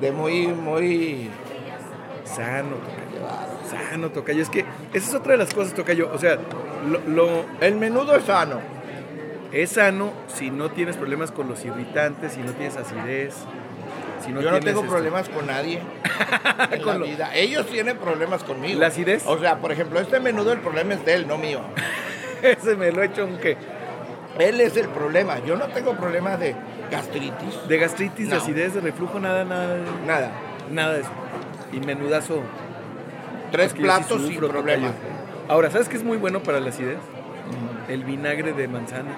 Speaker 4: de muy, muy...
Speaker 5: Sano, tocayo. Sano, tocayo. Es que esa es otra de las cosas, tocayo. O sea, lo, lo-
Speaker 4: El menudo es sano.
Speaker 5: es sano si no tienes problemas con los irritantes, si no tienes acidez. Si no
Speaker 4: Yo no
Speaker 5: tienes,
Speaker 4: tengo
Speaker 5: este,
Speaker 4: problemas con nadie en
Speaker 5: Con
Speaker 4: la
Speaker 5: lo-
Speaker 4: vida. Ellos tienen problemas conmigo.
Speaker 5: ¿La acidez?
Speaker 4: O sea, por ejemplo, este menudo el problema es de él, no mío.
Speaker 5: Ese me lo he hecho aunque.
Speaker 4: Él es el problema. Yo no tengo problemas de gastritis,
Speaker 5: De gastritis, de
Speaker 4: No.
Speaker 5: acidez, de reflujo, nada, nada.
Speaker 4: nada.
Speaker 5: Nada de eso. Y menudazo.
Speaker 4: Tres
Speaker 5: Es que yo sí
Speaker 4: platos sin
Speaker 5: sufro,
Speaker 4: problema.
Speaker 5: tocayo. Ahora, ¿sabes qué es muy bueno para la acidez? El vinagre de manzana.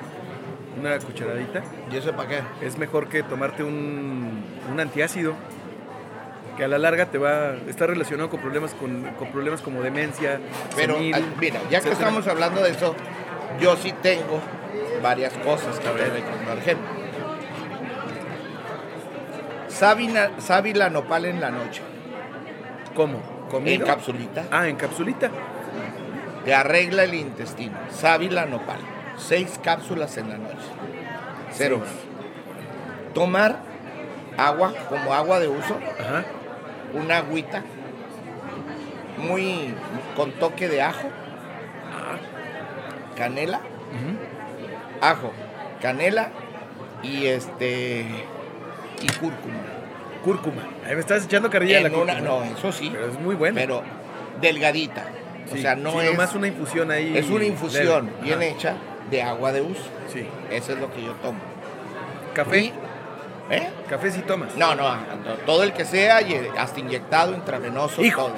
Speaker 5: Una cucharadita.
Speaker 4: ¿Y eso para qué?
Speaker 5: Es mejor que tomarte un, un antiácido. Que a la larga te va. Está relacionado con problemas, con, con problemas como demencia.
Speaker 4: Pero
Speaker 5: senil,
Speaker 4: al- mira, ya que
Speaker 5: etcétera.
Speaker 4: estamos hablando de eso, yo sí tengo varias cosas que ver Por ejemplo, sábila, sábila nopal en la noche,
Speaker 5: ¿Cómo?
Speaker 4: en
Speaker 5: ¿Comido?
Speaker 4: capsulita,
Speaker 5: Ah, en capsulita.
Speaker 4: te arregla el intestino. Sábila nopal, seis cápsulas en la noche. Cero. Tomar agua como agua de uso,
Speaker 5: Ajá.
Speaker 4: una agüita muy con toque de ajo, canela, ajo, canela y este y cúrcuma.
Speaker 5: Cúrcuma. Ahí me estás echando carrilla a la
Speaker 4: En una-
Speaker 5: cúrcuma.
Speaker 4: no, eso sí,
Speaker 5: Pero es muy buena.
Speaker 4: pero delgadita.
Speaker 5: Sí,
Speaker 4: o sea, no
Speaker 5: sí,
Speaker 4: es
Speaker 5: Nomás una infusión ahí.
Speaker 4: es una infusión
Speaker 5: leve.
Speaker 4: bien
Speaker 5: Ajá.
Speaker 4: hecha de agua de uso.
Speaker 5: Sí.
Speaker 4: Eso es lo que yo tomo.
Speaker 5: Café.
Speaker 4: Y- ¿Eh?
Speaker 5: Café sí tomas.
Speaker 4: No, no, ah, no, todo el que sea y hasta inyectado intravenoso
Speaker 5: Hijo.
Speaker 4: todo.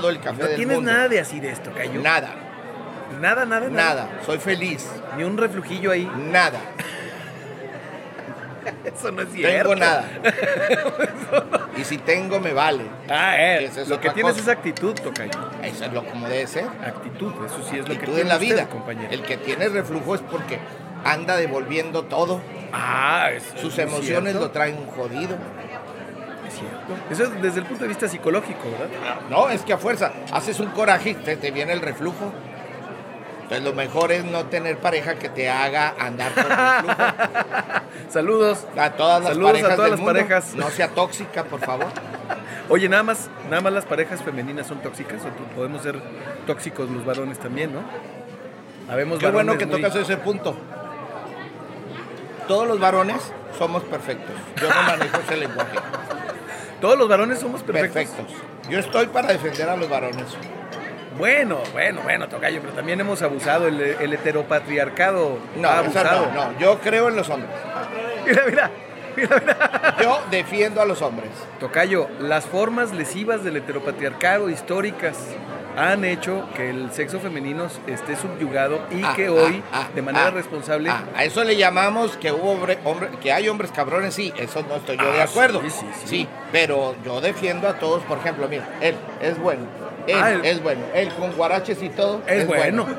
Speaker 4: Todo el café
Speaker 5: No
Speaker 4: del
Speaker 5: tienes
Speaker 4: mundo.
Speaker 5: nada de acidez, tocayo.
Speaker 4: Nada.
Speaker 5: Nada, nada, nada.
Speaker 4: Nada, soy feliz.
Speaker 5: Ni un reflujillo ahí.
Speaker 4: Nada.
Speaker 5: Eso no es cierto.
Speaker 4: Tengo nada. Y si tengo, me vale.
Speaker 5: Ah, eh.
Speaker 4: Esa es
Speaker 5: lo que
Speaker 4: otra
Speaker 5: tienes
Speaker 4: cosa.
Speaker 5: es actitud, tocayo.
Speaker 4: Eso es lo como debe ser.
Speaker 5: Actitud, eso sí es lo que
Speaker 4: Actitud
Speaker 5: tiene
Speaker 4: en la
Speaker 5: usted,
Speaker 4: vida.
Speaker 5: compañero.
Speaker 4: El que tiene reflujo es porque anda devolviendo todo.
Speaker 5: Ah, eso
Speaker 4: Sus
Speaker 5: es
Speaker 4: emociones
Speaker 5: cierto,
Speaker 4: lo traen jodido.
Speaker 5: es cierto. Eso es desde el punto de vista psicológico, ¿verdad?
Speaker 4: No, es que a fuerza haces un coraje y te, te viene el reflujo. Entonces lo mejor es no tener pareja que te haga andar por reflujo.
Speaker 5: Saludos.
Speaker 4: A todas las
Speaker 5: Saludos a
Speaker 4: parejas
Speaker 5: todas
Speaker 4: del
Speaker 5: las
Speaker 4: mundo,
Speaker 5: parejas.
Speaker 4: No sea tóxica, por favor.
Speaker 5: Oye, nada más, nada más las parejas femeninas son tóxicas o tú- podemos ser tóxicos los varones también, ¿no? Habemos
Speaker 4: Qué bueno
Speaker 5: varones
Speaker 4: que
Speaker 5: muy-
Speaker 4: tocas ese punto. Todos los varones somos perfectos. Yo no manejo ese lenguaje.
Speaker 5: Todos los varones somos
Speaker 4: Perfectos.
Speaker 5: perfectos.
Speaker 4: Yo estoy para defender a los varones.
Speaker 5: Bueno, bueno, bueno, tocayo, pero también hemos abusado. El, el heteropatriarcado
Speaker 4: No,
Speaker 5: ha
Speaker 4: o sea,
Speaker 5: Ah, abusado.
Speaker 4: no, no. Yo creo en los hombres.
Speaker 5: Mira, mira, mira, mira.
Speaker 4: Yo defiendo a los hombres.
Speaker 5: Tocayo, las formas lesivas del heteropatriarcado históricas han hecho que el sexo femenino esté subyugado y
Speaker 4: Ah,
Speaker 5: que
Speaker 4: ah,
Speaker 5: hoy,
Speaker 4: ah,
Speaker 5: de manera
Speaker 4: ah,
Speaker 5: responsable,
Speaker 4: ah, a eso le llamamos que hubo hombre, hombre- que hay hombres cabrones, sí, eso no estoy yo
Speaker 5: Ah,
Speaker 4: de acuerdo.
Speaker 5: sí, sí, sí.
Speaker 4: pero yo defiendo a todos, por ejemplo, mira, él es bueno. Él
Speaker 5: Ah, él-
Speaker 4: es bueno, él con guaraches y todo.
Speaker 5: Es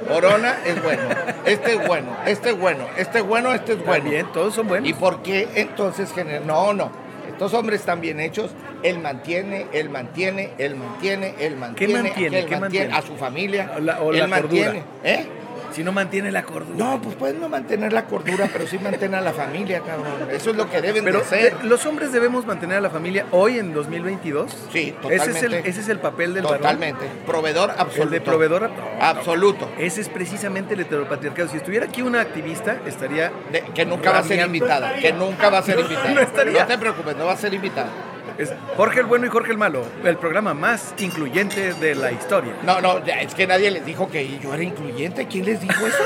Speaker 4: Corona es bueno. Este es bueno, este es bueno, este es bueno, este es
Speaker 5: está
Speaker 4: bueno.
Speaker 5: pues bien, todos son buenos.
Speaker 4: ¿Y por qué entonces gener- No, no. Estos hombres están bien hechos. Él mantiene, él mantiene, él mantiene, él mantiene.
Speaker 5: mantiene?
Speaker 4: aquel
Speaker 5: ¿Qué mantiene?
Speaker 4: A su familia.
Speaker 5: O la- o
Speaker 4: él
Speaker 5: la
Speaker 4: mantiene.
Speaker 5: cordura.
Speaker 4: ¿Eh?
Speaker 5: Si no mantiene la cordura.
Speaker 4: No, pues pueden no mantener la cordura, pero sí mantener a la familia, cabrón. Eso es lo que deben
Speaker 5: Pero
Speaker 4: de hacer.
Speaker 5: de- los hombres debemos mantener a la familia hoy en 2022.
Speaker 4: Sí,
Speaker 5: Ese es el,
Speaker 4: totalmente.
Speaker 5: ese es el papel del varón.
Speaker 4: Totalmente. Proveedor absoluto.
Speaker 5: El de proveedor ab- no,
Speaker 4: absoluto.
Speaker 5: Ese es precisamente el heteropatriarcado. Si estuviera aquí una activista, estaría
Speaker 4: De- que nunca va a ser
Speaker 5: Rameando.
Speaker 4: invitada. Que nunca va a ser
Speaker 5: No,
Speaker 4: invitada.
Speaker 5: no estaría.
Speaker 4: te preocupes, no va a ser invitada.
Speaker 5: es Jorge el Bueno y Jorge el Malo, el programa más incluyente de la historia.
Speaker 4: No, no, ya, es que nadie les dijo que yo era incluyente. ¿Quién les dijo eso?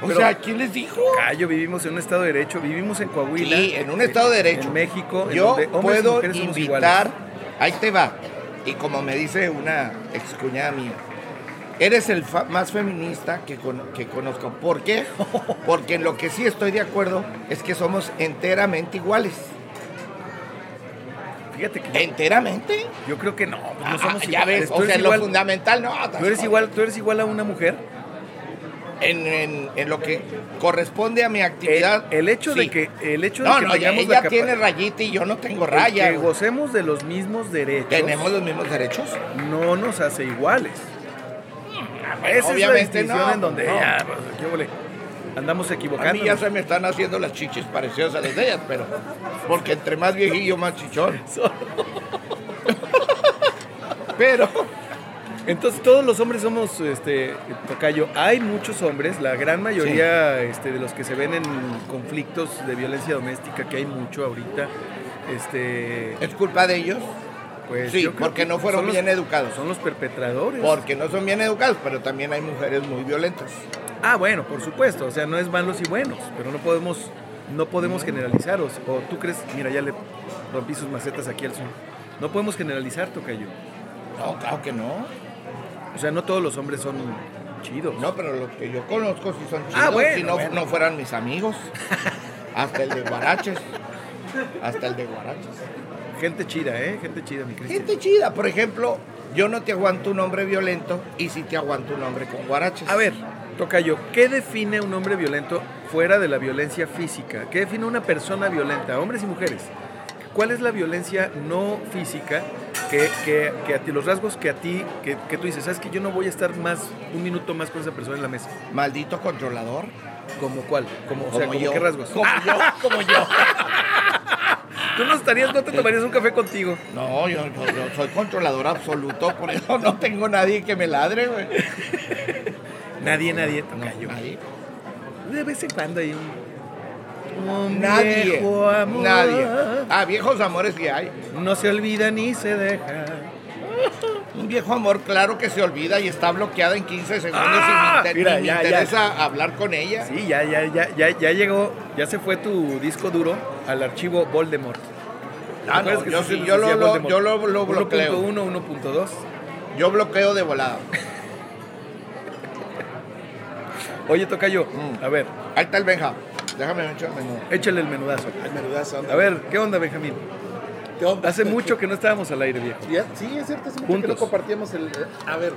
Speaker 4: O
Speaker 5: Pero-
Speaker 4: sea, ¿quién les dijo?
Speaker 5: Cayo, vivimos en un estado de derecho, vivimos en Coahuila.
Speaker 4: Sí, en un Estado de Derecho.
Speaker 5: En México, en
Speaker 4: Yo
Speaker 5: donde hombres y
Speaker 4: puedo
Speaker 5: mujeres somos
Speaker 4: invitar.
Speaker 5: iguales.
Speaker 4: Ahí te va. Y como me dice una excuñada mía, eres el fa- más feminista que, con- que conozco. ¿Por qué? Porque en lo que sí estoy de acuerdo es que somos enteramente iguales.
Speaker 5: Fíjate que yo,
Speaker 4: ¿Enteramente?
Speaker 5: yo creo que no, pues no
Speaker 4: Ah,
Speaker 5: somos
Speaker 4: ya
Speaker 5: iguales.
Speaker 4: ves,
Speaker 5: Tú
Speaker 4: o sea,
Speaker 5: eres
Speaker 4: lo
Speaker 5: igual-
Speaker 4: fundamental no.
Speaker 5: tú eres igual, tú eres igual a una mujer
Speaker 4: en, en- en lo que corresponde a mi
Speaker 5: El,
Speaker 4: actividad.
Speaker 5: el hecho de
Speaker 4: sí.
Speaker 5: que, el hecho de
Speaker 4: No,
Speaker 5: que
Speaker 4: no,
Speaker 5: tengamos
Speaker 4: ella
Speaker 5: la capa-
Speaker 4: tiene rayita y yo no tengo
Speaker 5: el
Speaker 4: raya.
Speaker 5: que
Speaker 4: güey.
Speaker 5: gocemos de los mismos derechos,
Speaker 4: ¿Tenemos los mismos derechos?
Speaker 5: no nos hace iguales. Esa
Speaker 4: Obviamente
Speaker 5: es la distinción
Speaker 4: no,
Speaker 5: en donde
Speaker 4: no.
Speaker 5: ya, pues, ¿qué huele? andamos
Speaker 4: A mí ya
Speaker 5: equivocándonos.
Speaker 4: se me están haciendo las chichis parecidas a las de ellas, pero porque entre más viejillo, más chichón. Pero
Speaker 5: Entonces todos los hombres somos este tocayo. Hay muchos hombres, la gran mayoría este, de los que se ven en conflictos de violencia doméstica, que hay mucho ahorita, este
Speaker 4: es culpa de ellos,
Speaker 5: pues
Speaker 4: Eh, Sí,
Speaker 5: yo creo
Speaker 4: porque
Speaker 5: que
Speaker 4: no fueron
Speaker 5: son los-
Speaker 4: bien educados.
Speaker 5: Son los perpetradores.
Speaker 4: porque no son bien educados, pero también hay mujeres muy violentas.
Speaker 5: Ah, bueno, por supuesto. O sea, no es malos y buenos, pero no podemos, no podemos generalizar. O, o tú crees, mira, ya le rompí sus macetas aquí al son. No podemos generalizar, Tocayo.
Speaker 4: No, claro que no.
Speaker 5: O sea, no todos los hombres son chidos.
Speaker 4: No, pero los que yo conozco sí son chidos.
Speaker 5: Ah, bueno,
Speaker 4: si no,
Speaker 5: bueno.
Speaker 4: no fueran mis amigos. Hasta el de Guaraches. Hasta el de Guaraches.
Speaker 5: Gente chida, ¿eh? Gente chida, mi Cristian.
Speaker 4: Gente chida, por ejemplo, yo no te aguanto un hombre violento y sí te aguanto un hombre con Guaraches.
Speaker 5: A ver, Tocayo, ¿qué define un hombre violento fuera de la violencia física? ¿Qué define una persona violenta, hombres y mujeres? ¿Cuál es la violencia no física que, que- que a ti, los rasgos que a ti, que, que tú dices, sabes que yo no voy a estar más, un minuto más con esa persona en la mesa?
Speaker 4: Maldito controlador.
Speaker 5: ¿Como cuál? Como, o sea,
Speaker 4: Como
Speaker 5: ¿como
Speaker 4: yo.
Speaker 5: qué rasgos?
Speaker 4: Como yo, como Ah, yo.
Speaker 5: Tú no estarías, no te tomarías un café contigo.
Speaker 4: No, yo, yo- yo soy controlador absoluto, por eso no tengo nadie que me ladre, güey.
Speaker 5: Nadie, nadie,
Speaker 4: No,
Speaker 5: Tocayo.
Speaker 4: nadie.
Speaker 5: De vez en cuando hay un... un
Speaker 4: Nadie.
Speaker 5: viejo amor.
Speaker 4: Nadie. Ah, viejos amores que hay.
Speaker 5: No se olvida ni se deja.
Speaker 4: Un viejo amor, claro que se olvida y está bloqueada en 15 segundos
Speaker 5: Ah,
Speaker 4: y me, inter-
Speaker 5: mira,
Speaker 4: me
Speaker 5: ya, ya.
Speaker 4: interesa hablar con ella.
Speaker 5: Sí, ya, ya, ya, ya, ya llegó, ya se fue tu disco duro al archivo Voldemort. ¿Te
Speaker 4: Ah,
Speaker 5: acuerdas
Speaker 4: no,
Speaker 5: que
Speaker 4: yo
Speaker 5: se-
Speaker 4: sí,
Speaker 5: se
Speaker 4: yo lo-
Speaker 5: hacía
Speaker 4: lo-
Speaker 5: Voldemort?
Speaker 4: yo lo- lo bloqueo.
Speaker 5: 1.1, 1.2.
Speaker 4: Yo bloqueo de volada.
Speaker 5: Oye, Tocayo,
Speaker 4: Mm.
Speaker 5: a ver,
Speaker 4: Ahí está el Benja. Déjame ver el menú.
Speaker 5: échale el menudazo.
Speaker 6: El menudazo, anda.
Speaker 5: A ver, ¿qué onda, Benjamín?
Speaker 6: ¿Qué onda?
Speaker 5: Hace mucho que no estábamos al aire, viejo.
Speaker 6: Ya- Sí, es cierto, hace mucho que
Speaker 5: Juntos.
Speaker 6: no compartíamos el. eh, A ver,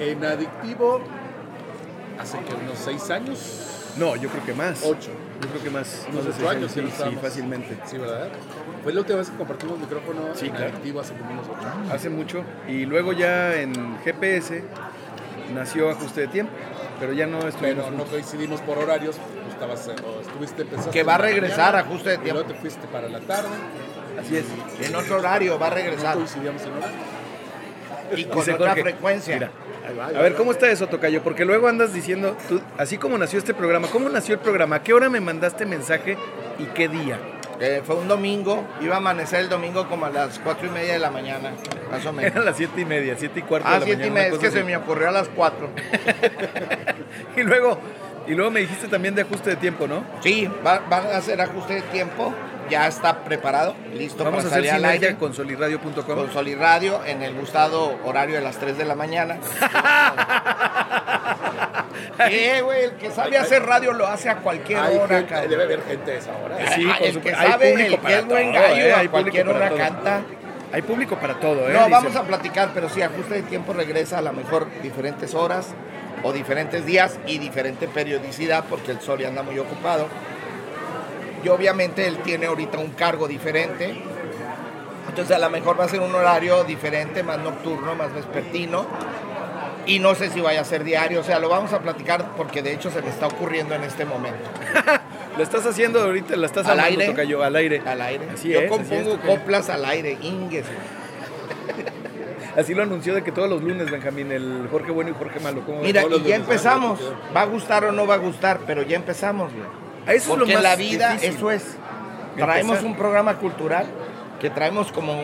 Speaker 6: en Adictivo, hace que unos seis años,
Speaker 5: No, yo creo que más.
Speaker 6: ocho.
Speaker 5: Yo creo que más.
Speaker 6: Unos
Speaker 5: sé
Speaker 6: ocho
Speaker 5: si-
Speaker 6: años que
Speaker 5: sí,
Speaker 6: no
Speaker 5: sí,
Speaker 6: estábamos.
Speaker 5: fácilmente.
Speaker 6: Sí, ¿verdad? Fue la última vez que compartimos micrófono
Speaker 5: Sí,
Speaker 6: en
Speaker 5: claro.
Speaker 6: Adictivo hace como unos ocho años.
Speaker 5: Hace mucho. Y luego ya en GPS nació ajuste de tiempo, pero ya no estuvimos
Speaker 6: Pero no
Speaker 5: juntos.
Speaker 6: coincidimos por horarios, tú estabas, eh, o estuviste empezaste
Speaker 4: Que va a
Speaker 6: en la
Speaker 4: regresar
Speaker 6: mañana,
Speaker 4: a ajuste de
Speaker 6: Y
Speaker 4: tiempo.
Speaker 6: luego te fuiste para la tarde,
Speaker 5: Así es.
Speaker 4: En otro horario va a regresar.
Speaker 6: coincidíamos en horarios.
Speaker 4: Y con
Speaker 5: Dice
Speaker 4: otra
Speaker 5: Jorge,
Speaker 4: frecuencia.
Speaker 5: mira,
Speaker 6: Ahí va, ahí
Speaker 5: A
Speaker 6: va,
Speaker 5: ver,
Speaker 6: ahí
Speaker 5: ¿cómo
Speaker 6: va.
Speaker 5: está eso, Tocayo? Porque luego andas diciendo, tú, así como nació este programa, ¿cómo nació el programa? ¿A qué hora me mandaste mensaje y qué día?
Speaker 4: Eh, fue un domingo, iba a amanecer el domingo como a las cuatro y media de la mañana, más o menos.
Speaker 5: Eran las siete y media, siete y cuarto de
Speaker 4: Ah,
Speaker 5: la
Speaker 4: siete y
Speaker 5: mañana,
Speaker 4: media, es
Speaker 5: una
Speaker 4: que
Speaker 5: cosa
Speaker 4: se me
Speaker 5: así.
Speaker 4: ocurrió a las cuatro.
Speaker 5: Y luego, y luego me dijiste también de ajuste de tiempo, ¿no?
Speaker 4: Sí, va- van a hacer ajuste de tiempo, ya está preparado, listo
Speaker 5: Vamos
Speaker 4: para
Speaker 5: a hacer
Speaker 4: salir al aire.
Speaker 5: sinergia con solirradio.com.
Speaker 4: con Sol y Radio en el gustado horario de las 3 de la mañana. Eh, güey, el que sabe hacer radio lo hace a cualquier
Speaker 6: Hay
Speaker 4: hora,
Speaker 6: gente-
Speaker 4: cabrón.
Speaker 6: debe haber gente a esa hora.
Speaker 5: Sí,
Speaker 4: Ah,
Speaker 5: por
Speaker 4: el que
Speaker 5: supuesto. Hay
Speaker 4: sabe,
Speaker 5: público
Speaker 4: el que
Speaker 5: para
Speaker 4: es buen
Speaker 5: todo,
Speaker 4: gallo,
Speaker 5: ¿eh?
Speaker 4: a
Speaker 5: Hay
Speaker 4: cualquier
Speaker 5: público
Speaker 4: hora
Speaker 5: para todo.
Speaker 4: canta.
Speaker 5: Hay público para todo, ¿eh?
Speaker 4: No, vamos
Speaker 5: Dicen.
Speaker 4: a platicar, pero sí, ajuste de tiempo regresa a lo mejor diferentes horas o diferentes días y diferente periodicidad porque el Sol ya anda muy ocupado. Y obviamente él tiene ahorita un cargo diferente. Entonces a lo mejor va a ser un horario diferente, más nocturno, más vespertino. Y no sé si vaya a ser diario, o sea, lo vamos a platicar porque de hecho se me está ocurriendo en este momento.
Speaker 5: Lo estás haciendo ahorita, la estás
Speaker 4: Al
Speaker 5: hablando,
Speaker 4: aire.
Speaker 5: Tocayo, al aire.
Speaker 4: Al aire.
Speaker 5: Así
Speaker 4: Yo
Speaker 5: es, así
Speaker 4: compongo
Speaker 5: es, Tocayo.
Speaker 4: coplas al aire, ingues.
Speaker 5: Así lo anunció de que todos los lunes, Benjamín, el Jorge Bueno y Jorge Malo. ¿cómo ves?
Speaker 4: Mira,
Speaker 6: Todos los
Speaker 4: y ya
Speaker 6: lunes,
Speaker 4: empezamos.
Speaker 6: ¿verdad?
Speaker 4: Va a gustar o no va a gustar, pero ya empezamos, güey.
Speaker 5: Ah, eso es
Speaker 4: Porque
Speaker 5: lo más
Speaker 4: la vida,
Speaker 5: difícil.
Speaker 4: eso es. Traemos
Speaker 5: Empezar.
Speaker 4: un programa cultural que traemos como,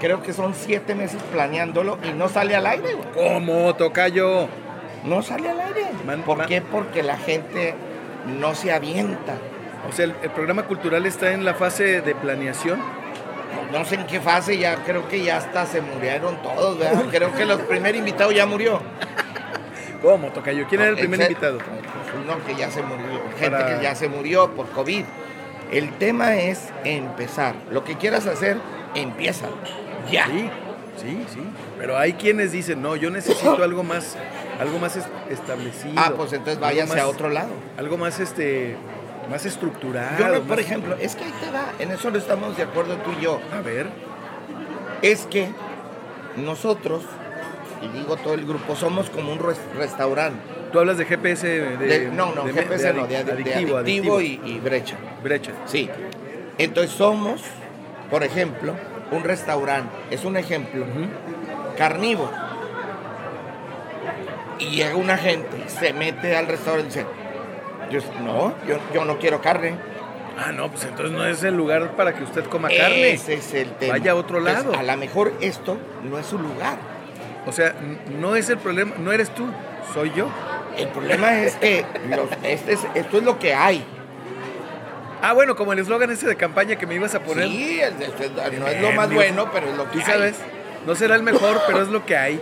Speaker 4: creo que son siete meses planeándolo y no sale al aire, güey.
Speaker 5: ¿Cómo, Tocayo?
Speaker 4: No sale al aire.
Speaker 5: Man-
Speaker 4: ¿Por
Speaker 5: man-
Speaker 4: qué? Porque la gente no se avienta.
Speaker 5: O sea, el, el programa cultural está en la fase de planeación.
Speaker 4: No sé en qué fase, ya creo que ya hasta se murieron todos, ¿verdad? Creo que el primer invitado ya murió.
Speaker 5: ¿Cómo, Tocayo? ¿Quién era el primer
Speaker 4: Ese-
Speaker 5: invitado?
Speaker 4: Uno que ya se murió, gente
Speaker 5: Para-
Speaker 4: que ya se murió por COVID. El tema es empezar. Lo que quieras hacer, empieza. Ya.
Speaker 5: Sí. Sí, sí. Pero hay quienes dicen, no, yo necesito algo más, algo más es- establecido.
Speaker 4: Ah, pues entonces
Speaker 5: algo
Speaker 4: váyanse
Speaker 5: más-
Speaker 4: a otro lado.
Speaker 5: Algo más este. Más estructurado.
Speaker 4: Yo, no, por
Speaker 5: Ah, más-
Speaker 4: ejemplo, es que ahí te va, en eso no estamos de acuerdo tú y yo.
Speaker 5: A ver.
Speaker 4: Es que nosotros, y digo todo el grupo, somos como un res- restaurante.
Speaker 5: Tú hablas de GPS de.
Speaker 4: De- no, no,
Speaker 5: de-
Speaker 4: GPS
Speaker 5: de
Speaker 4: no, de,
Speaker 5: adic-
Speaker 4: adi- de adictivo, Y, y brecha.
Speaker 5: Brecha.
Speaker 4: Sí. Entonces somos, por ejemplo, un restaurante, es un ejemplo, carnívoro. Y llega una gente, se mete al restaurante y dice, "Yo- no, yo, yo no quiero carne.
Speaker 5: Ah, no, pues entonces no es el lugar para que usted coma carne.
Speaker 4: Ese es el tema.
Speaker 5: Vaya a otro
Speaker 4: Entonces,
Speaker 5: lado.
Speaker 4: a lo mejor esto no es su lugar.
Speaker 5: O sea, n- no es el problema, no eres tú, soy yo.
Speaker 4: El problema es que los- este es- esto es lo que hay.
Speaker 5: Ah, bueno, como el eslogan ese de campaña que me ibas a poner.
Speaker 4: Sí, el- el- no es lo más
Speaker 5: Bien,
Speaker 4: bueno, pero es lo que
Speaker 5: Tú
Speaker 4: hay.
Speaker 5: sabes, no será el mejor, pero es lo que hay.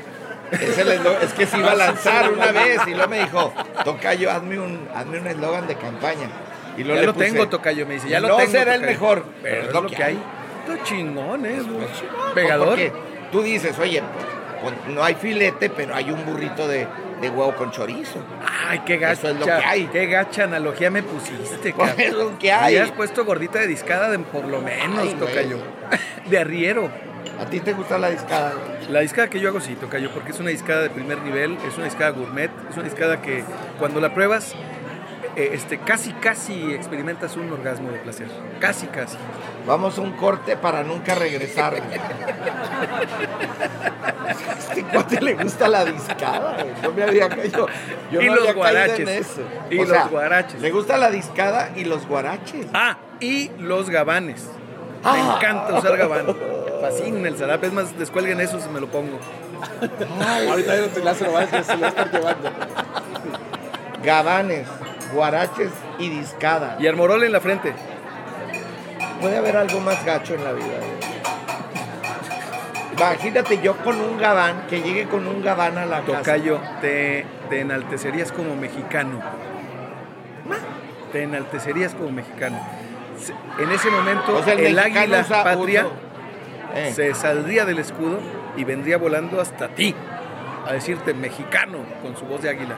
Speaker 4: Es, el eslo- es que se
Speaker 5: Ah,
Speaker 4: iba a lanzar una vez y luego me dijo, Tocayo, hazme un hazme un eslogan de campaña. Y
Speaker 5: Ya
Speaker 4: le
Speaker 5: lo
Speaker 4: puse,
Speaker 5: tengo, Tocayo, me dice, ya lo
Speaker 4: "No
Speaker 5: tengo.
Speaker 4: será el
Speaker 5: Tocayo,
Speaker 4: mejor,
Speaker 5: pero es lo que hay. Está chingón, ¿eh?
Speaker 4: Pues,
Speaker 5: Pegador.
Speaker 4: Porque tú dices, oye, pues, no hay filete, pero hay un burrito de, de huevo con chorizo.
Speaker 5: Ay, qué gacha.
Speaker 4: Eso es lo que hay.
Speaker 5: Qué gacha analogía me pusiste,
Speaker 4: Pues,
Speaker 5: cabrón.
Speaker 4: es lo que hay.
Speaker 5: Me has puesto gordita de discada de por lo menos,
Speaker 4: Ay, güey.
Speaker 5: Tocayo. De arriero.
Speaker 4: ¿A ti te gusta la discada?
Speaker 5: La discada que yo hago sí, Tocayo, porque es una discada de primer nivel, es una discada gourmet, es una discada que cuando la pruebas, eh, este, casi, casi experimentas un orgasmo de placer. Casi, casi.
Speaker 4: Vamos a un corte para nunca regresar. güey. este cuate le gusta la discada. güey. No me había caído. Yo
Speaker 5: Y
Speaker 4: no
Speaker 5: los
Speaker 4: había caído en
Speaker 5: guaraches.
Speaker 4: eso.
Speaker 5: Y los guaraches.
Speaker 4: Le gusta la discada y los guaraches.
Speaker 5: Ah, y los gabanes. Me
Speaker 4: Ah.
Speaker 5: encanta usar gabán. Fascina el zarape. Es más, descuelguen eso si me lo pongo.
Speaker 6: Ahorita ya no te la se lo vas a se lo vas a estar llevando.
Speaker 4: Gabanes, guaraches y discada.
Speaker 5: Y armorol en la frente.
Speaker 4: Puede haber algo más gacho en la vida. güey. Imagínate yo con un gabán, que llegue con un gabán a la casa.
Speaker 5: Tocayo, te, te enaltecerías como mexicano. Te enaltecerías como mexicano. Se- En ese momento,
Speaker 4: O sea, el,
Speaker 5: el,
Speaker 4: mexicano
Speaker 5: águila
Speaker 4: usa
Speaker 5: patria
Speaker 4: uno. Eh.
Speaker 5: se saldría del escudo y vendría volando hasta ti a decirte mexicano con su voz de águila.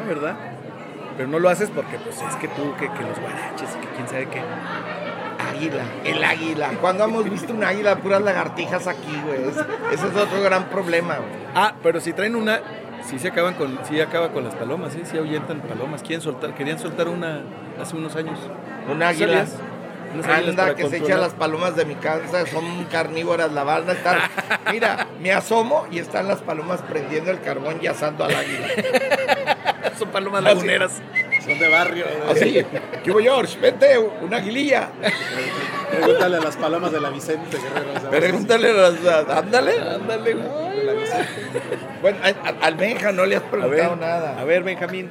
Speaker 5: ¿No, verdad? Pero no lo haces porque pues es que tú, que, que los guaraches, que quién sabe qué.
Speaker 4: Águila, el águila. ¿Cuándo hemos visto un águila? Puras lagartijas aquí, güey. Es- ese es otro gran problema, güey.
Speaker 5: Ah, pero si traen una, si se acaban con, si acaba con las palomas, ¿eh? si ahuyentan palomas. Quieren soltar, querían soltar una hace unos años.
Speaker 4: Un águila.
Speaker 5: ¿Sabías? Unas águilas
Speaker 4: Anda,
Speaker 5: para
Speaker 4: que se
Speaker 5: controlar.
Speaker 4: echan las palomas de mi casa, son carnívoras, la van a estar. Mira, me asomo y están las palomas prendiendo el carbón y asando al águila.
Speaker 5: Son palomas
Speaker 4: Ah, sí.
Speaker 5: laguneras.
Speaker 6: Son de barrio.
Speaker 5: Ah,
Speaker 4: Así, ¿qué hubo, George? Vente, una aguililla.
Speaker 6: Pregúntale a las palomas de la Vicente Guerrero. o sea,
Speaker 4: Pregúntale, a las- ándale.
Speaker 5: Ándale,
Speaker 6: de la Vicente.
Speaker 4: Bueno, a- a- almeja, no le has preguntado nada.
Speaker 5: A ver, Benjamín.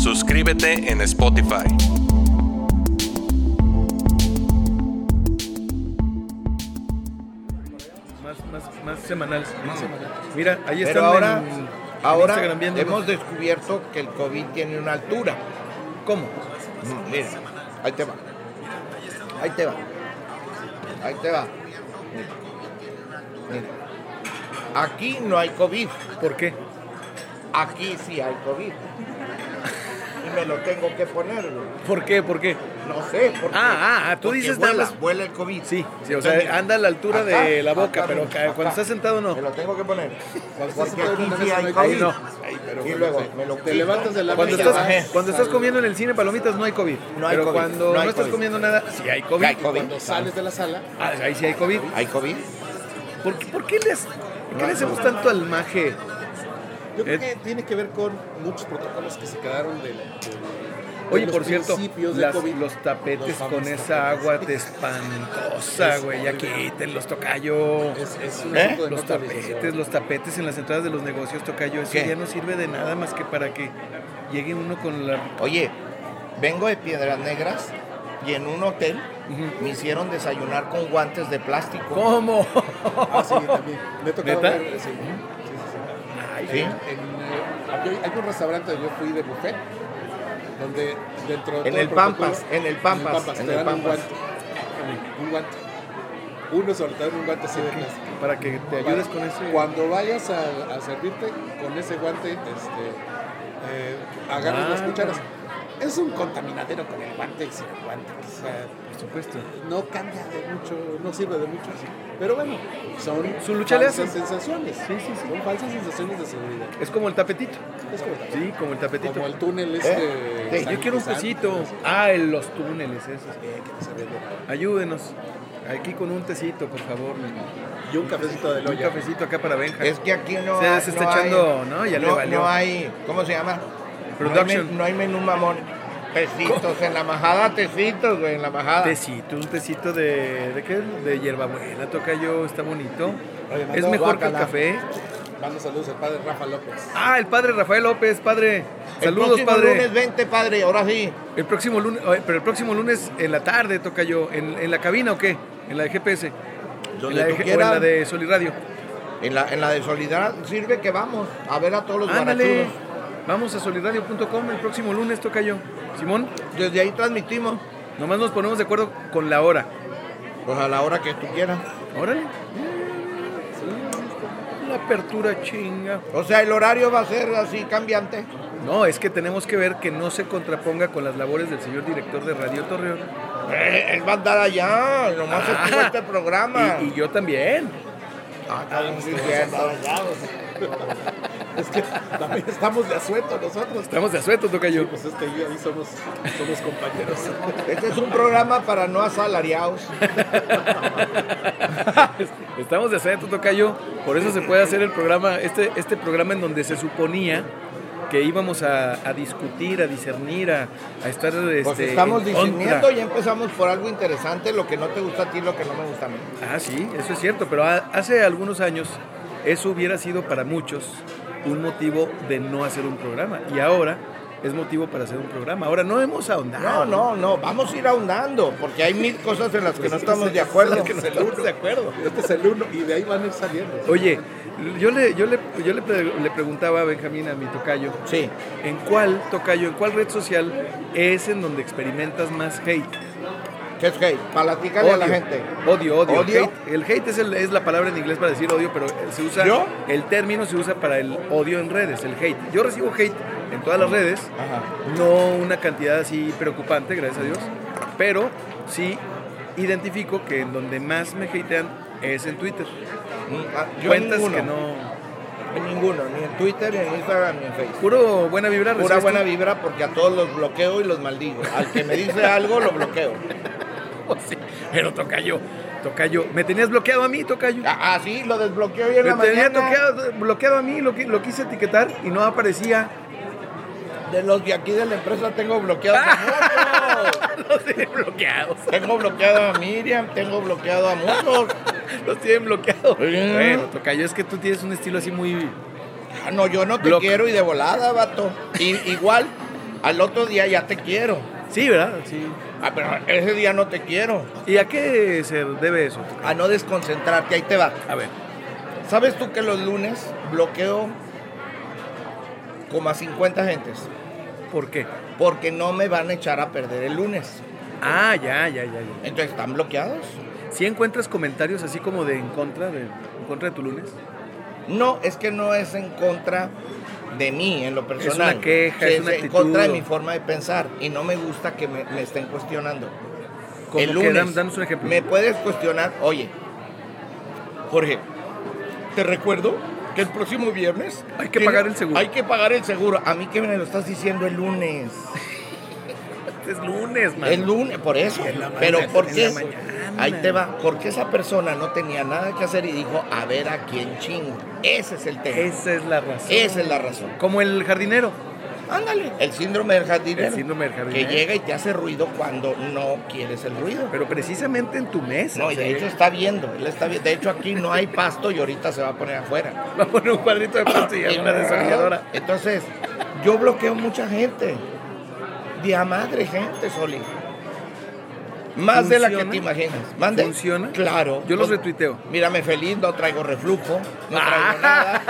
Speaker 8: Suscríbete en Spotify.
Speaker 5: Más, más, más semanal. Mira, ahí
Speaker 4: Pero
Speaker 5: están
Speaker 4: ahora,
Speaker 5: en- en
Speaker 4: ahora
Speaker 5: Instagram viendo-
Speaker 4: hemos descubierto que el COVID tiene una altura.
Speaker 5: ¿Cómo?
Speaker 4: Mm, Mira, ahí te va. Ahí te va. Ahí te va. Mira. Mira. Aquí no hay COVID.
Speaker 5: ¿Por qué?
Speaker 4: Aquí sí hay COVID. Y me lo tengo que poner. güey.
Speaker 5: ¿Por qué? ¿Por qué?
Speaker 4: No sé. Porque,
Speaker 5: Ah, ah, ah, tú
Speaker 4: porque
Speaker 5: dices nada
Speaker 4: vuela,
Speaker 5: más-
Speaker 4: vuela el COVID.
Speaker 5: Sí, sí, o
Speaker 4: Entonces,
Speaker 5: sea,
Speaker 4: mira,
Speaker 5: anda a la altura
Speaker 4: acá,
Speaker 5: de la boca,
Speaker 4: acá,
Speaker 5: pero
Speaker 4: mira,
Speaker 5: ca- cuando
Speaker 4: acá.
Speaker 5: estás sentado no.
Speaker 4: Me lo tengo que poner.
Speaker 6: estás
Speaker 4: Porque
Speaker 6: sentado
Speaker 4: aquí
Speaker 6: en una
Speaker 4: sí
Speaker 6: mesa
Speaker 4: hay
Speaker 6: no hay
Speaker 4: COVID.
Speaker 5: COVID.
Speaker 4: Ahí, pero y luego me lo
Speaker 6: Te
Speaker 4: quito.
Speaker 6: levantas de la
Speaker 5: Cuando
Speaker 6: mesa.
Speaker 5: estás,
Speaker 6: vas,
Speaker 5: cuando estás comiendo en el cine palomitas no hay COVID.
Speaker 4: No hay
Speaker 5: pero
Speaker 4: COVID,
Speaker 5: cuando
Speaker 4: no
Speaker 5: no,
Speaker 4: hay
Speaker 5: estás
Speaker 4: COVID.
Speaker 5: comiendo nada, sí hay COVID.
Speaker 4: Hay COVID.
Speaker 6: Cuando sales de la sala,
Speaker 5: Ah, ahí sí hay COVID.
Speaker 4: ¿Hay COVID?
Speaker 5: ¿Por qué, por qué les, por qué le hacemos tanto al maje?
Speaker 6: yo creo
Speaker 5: Eh.
Speaker 6: que tiene que ver con muchos protocolos que se quedaron del. del-
Speaker 5: Oye,
Speaker 6: de los
Speaker 5: por cierto,
Speaker 6: principios del
Speaker 5: las-
Speaker 6: COVID.
Speaker 5: los tapetes
Speaker 6: Los
Speaker 5: con
Speaker 6: famosos
Speaker 5: esa
Speaker 6: tapetes.
Speaker 5: agua te espantosa,
Speaker 6: Es
Speaker 5: güey. Ya
Speaker 6: horrible.
Speaker 5: quítenlos, tocayo.
Speaker 6: Es, es un
Speaker 4: ¿Eh?
Speaker 6: asunto de
Speaker 5: Los
Speaker 6: no tradición.
Speaker 5: tapetes, los tapetes en las entradas de los negocios, tocayo. Eso
Speaker 4: ¿Qué?
Speaker 5: ya no sirve de nada más que para que llegue uno con la.
Speaker 4: Oye, vengo de Piedras Negras y en un hotel me hicieron desayunar con guantes de plástico.
Speaker 5: ¿Cómo?
Speaker 6: Ah, sí, también. Me he tocado
Speaker 5: ¿Neta?
Speaker 6: ver, sí. Sí, sí, sí.
Speaker 4: Sí.
Speaker 6: En, eh, aquí hay un restaurante donde yo fui de buffet, donde dentro de
Speaker 4: En
Speaker 6: todo
Speaker 4: el
Speaker 6: protocolo-
Speaker 4: Pampas, en el Pampas, en
Speaker 6: te
Speaker 4: el
Speaker 6: dan
Speaker 4: Pampas.
Speaker 6: Un guante. Un guante. Uno sobre todo un guante así de plástico.
Speaker 5: Para que te ayudes con ese.
Speaker 6: Cuando vayas a, a servirte con ese guante, este, eh, agarras
Speaker 5: Ah.
Speaker 6: las cucharas. Es un contaminadero con el guante y sin el guante. O sea,
Speaker 5: Por supuesto.
Speaker 6: no cambia de mucho, no sirve de mucho. Pero bueno, son
Speaker 5: Su lucha le
Speaker 6: falsas
Speaker 5: hacen.
Speaker 6: sensaciones.
Speaker 5: Sí, sí, sí.
Speaker 6: Son falsas sensaciones de seguridad.
Speaker 5: Es como el tapetito.
Speaker 6: Es como,
Speaker 5: Sí, como el tapetito.
Speaker 6: como el túnel este.
Speaker 4: Sí,
Speaker 5: Yo quiero un
Speaker 6: sanitizante,
Speaker 5: tecito.
Speaker 6: ¿no?
Speaker 5: Ah, en los túneles esos.
Speaker 6: Eh, que no se ve bien.
Speaker 5: Ayúdenos. Aquí con un tecito, por favor. Un
Speaker 6: Y un cafecito de loya.
Speaker 5: cafecito acá para Benja.
Speaker 4: Es que aquí no
Speaker 5: O sea,
Speaker 4: hay-
Speaker 5: se está
Speaker 4: no
Speaker 5: echando,
Speaker 4: hay,
Speaker 5: ¿no? Ya le
Speaker 4: no,
Speaker 5: valió.
Speaker 4: no hay, ¿cómo se llama?
Speaker 5: Production.
Speaker 4: No hay, men- no hay menú mamón. Tecitos en la majada, tecitos, güey, en la majada.
Speaker 5: Tecito, un tecito de. ¿De qué? De hierbabuena, toca yo, está bonito.
Speaker 6: Oye, mando
Speaker 5: es mejor
Speaker 6: guácala.
Speaker 5: que el café.
Speaker 6: Mando saludos al padre Rafa López.
Speaker 5: Ah, el padre Rafael López, padre.
Speaker 4: El
Speaker 5: Saludos,
Speaker 4: próximo
Speaker 5: padre.
Speaker 4: lunes 20, padre, ahora sí.
Speaker 5: El próximo lunes, oye, pero el próximo lunes en la tarde toca yo. ¿En, en la cabina o qué? ¿En la de GPS?
Speaker 4: Donde
Speaker 5: ¿En la de
Speaker 4: tú
Speaker 5: G- o
Speaker 4: quieras.
Speaker 5: en la de Soliradio.
Speaker 4: En la, en la de Solidaridad sirve que vamos a ver a todos los
Speaker 5: Ándale.
Speaker 4: guarachudos.
Speaker 5: Vamos a soliradio.com el próximo lunes toca yo. Simón,
Speaker 4: Desde ahí transmitimos,
Speaker 5: nomás nos ponemos de acuerdo con la hora.
Speaker 4: pues a la hora que tú quieras.
Speaker 5: Órale. Mm, La apertura chinga.
Speaker 4: O sea, el horario va a ser así cambiante.
Speaker 5: No, es que tenemos que ver que no se contraponga con las labores del señor director de Radio Torreón.
Speaker 4: Eh, él va a andar allá, nomás
Speaker 5: Ah.
Speaker 4: estuvo este programa.
Speaker 5: Y, y yo también.
Speaker 4: Ah, cabrón, sí es cierto.
Speaker 6: Es que también estamos de asueto nosotros.
Speaker 5: Estamos de asueto, toca yo.
Speaker 6: Pues este día ahí somos, somos compañeros.
Speaker 4: Este es un programa para no asalariados.
Speaker 5: Este, Estamos de hacer Tocayo, por eso se puede hacer el programa, este, este programa en donde se suponía que íbamos a, a discutir, a discernir, a, a estar este,
Speaker 4: Pues estamos
Speaker 5: en contra.
Speaker 4: discerniendo y empezamos por algo interesante, lo que no te gusta a ti, lo que no me gusta a mí.
Speaker 5: Ah, sí, eso es cierto, pero ha- hace algunos años eso hubiera sido para muchos un motivo de no hacer un programa y ahora es motivo para hacer un programa. Ahora no hemos
Speaker 4: No,
Speaker 5: ahondado.
Speaker 4: no, no, vamos a ir ahondando, porque hay mil cosas en las que no
Speaker 5: Pues,
Speaker 4: estamos de acuerdo.
Speaker 5: que no estamos de acuerdo.
Speaker 6: Este es el uno y de ahí van a ir saliendo.
Speaker 5: Oye, yo le, yo le, yo le, pre- le preguntaba a Benjamín, a mi tocayo,
Speaker 4: Sí,
Speaker 5: ¿En cuál, Tocayo, en cuál red social es en donde experimentas más hate?
Speaker 4: que es gay, platícale a la gente.
Speaker 5: Odio, odio.
Speaker 4: ¿Odio?
Speaker 5: Hate- el hate es, el- es la palabra en inglés para decir odio, pero se usa.
Speaker 4: ¿Yo?
Speaker 5: El término se usa para el odio en redes, el hate. Yo recibo hate en todas las redes, no una cantidad así preocupante, gracias a Dios, pero sí identifico que en donde más me hatean es en Twitter.
Speaker 4: Ah, yo
Speaker 5: Mm, Cuentas
Speaker 4: ninguno.
Speaker 5: que no.
Speaker 4: En ninguno, ni en Twitter, ni en Instagram, ni en Facebook.
Speaker 5: Puro buena vibra.
Speaker 4: Pura
Speaker 5: recibes
Speaker 4: buena
Speaker 5: tú.
Speaker 4: vibra porque a todos los bloqueo y los maldigo. Al que me dice algo, lo bloqueo.
Speaker 5: Pues sí, Pero tocayo, tocayo. ¿Me tenías bloqueado a mí, tocayo?
Speaker 4: Ah, ah, sí, lo desbloqueo y en
Speaker 5: Me
Speaker 4: la
Speaker 5: tenía
Speaker 4: mañana.
Speaker 5: toqueado- bloqueado a mí, lo, qui- lo quise etiquetar y no aparecía.
Speaker 4: De los de aquí de la empresa tengo bloqueados a muchos.
Speaker 5: Los tienen bloqueados.
Speaker 4: Tengo bloqueado a Miriam, tengo bloqueado a muchos.
Speaker 5: Los tienen bloqueados.
Speaker 4: Eh.
Speaker 5: Bueno, tocayo, es que tú tienes un estilo así muy.
Speaker 4: Ah, no, yo no te
Speaker 5: Bloque.
Speaker 4: quiero y de volada, vato. Y, igual, al otro día ya te quiero.
Speaker 5: Sí, ¿verdad? Sí.
Speaker 4: Ah, pero ese día no te quiero.
Speaker 5: ¿Y a qué se debe eso?
Speaker 4: A no desconcentrarte, ahí te va.
Speaker 5: A ver.
Speaker 4: ¿Sabes tú que los lunes bloqueo como a 50 gentes?
Speaker 5: ¿Por qué?
Speaker 4: Porque no me van a echar a perder el lunes.
Speaker 5: Ah, ya, ya, ya. ya.
Speaker 4: Entonces, ¿están bloqueados?
Speaker 5: ¿Sí encuentras comentarios así como de en contra de, en contra de tu lunes?
Speaker 4: No, es que no es en contra de mí, en lo personal.
Speaker 5: una queja,
Speaker 4: Sí,
Speaker 5: es una
Speaker 4: en contra de
Speaker 5: actitud.
Speaker 4: mi forma de pensar. Y no me gusta que me, me estén cuestionando.
Speaker 5: Como
Speaker 4: el
Speaker 5: que
Speaker 4: lunes,
Speaker 5: dam- danos un ejemplo.
Speaker 4: Me puedes cuestionar, oye, Jorge, te recuerdo que el próximo viernes
Speaker 5: Hay que pagar el seguro.
Speaker 4: Hay que pagar el seguro. A mí que me lo estás diciendo el lunes.
Speaker 5: Es lunes, man.
Speaker 4: El lunes, por eso.
Speaker 5: En la
Speaker 4: Pero
Speaker 5: mañana,
Speaker 4: ¿por
Speaker 5: en
Speaker 4: qué?
Speaker 5: la mañana.
Speaker 4: Ahí te va. Porque esa persona no tenía nada que hacer y dijo, a ver a quién chingo. Ese es el tema.
Speaker 5: Esa es la razón.
Speaker 4: Esa es la razón.
Speaker 5: Como el jardinero.
Speaker 4: Ándale. El síndrome del jardinero.
Speaker 5: El síndrome del
Speaker 4: Que
Speaker 5: jardinero.
Speaker 4: llega y te hace ruido cuando no quieres el ruido.
Speaker 5: Pero precisamente en tu mesa. ¿eh?
Speaker 4: No, y de
Speaker 5: sí.
Speaker 4: hecho está viendo, él está vi- De hecho aquí no hay pasto y ahorita se va a poner afuera.
Speaker 5: Va a poner un cuadrito de pastilla en una desarrolladora.
Speaker 4: Entonces, yo bloqueo mucha gente. De a madre gente, Soli. Más de la que
Speaker 5: ¿Funciona?
Speaker 4: te imaginas. ¿Mande?
Speaker 5: ¿Funciona?
Speaker 4: Claro.
Speaker 5: Yo los
Speaker 4: Pues,
Speaker 5: retuiteo.
Speaker 4: Mírame feliz, no traigo reflujo, no traigo nada.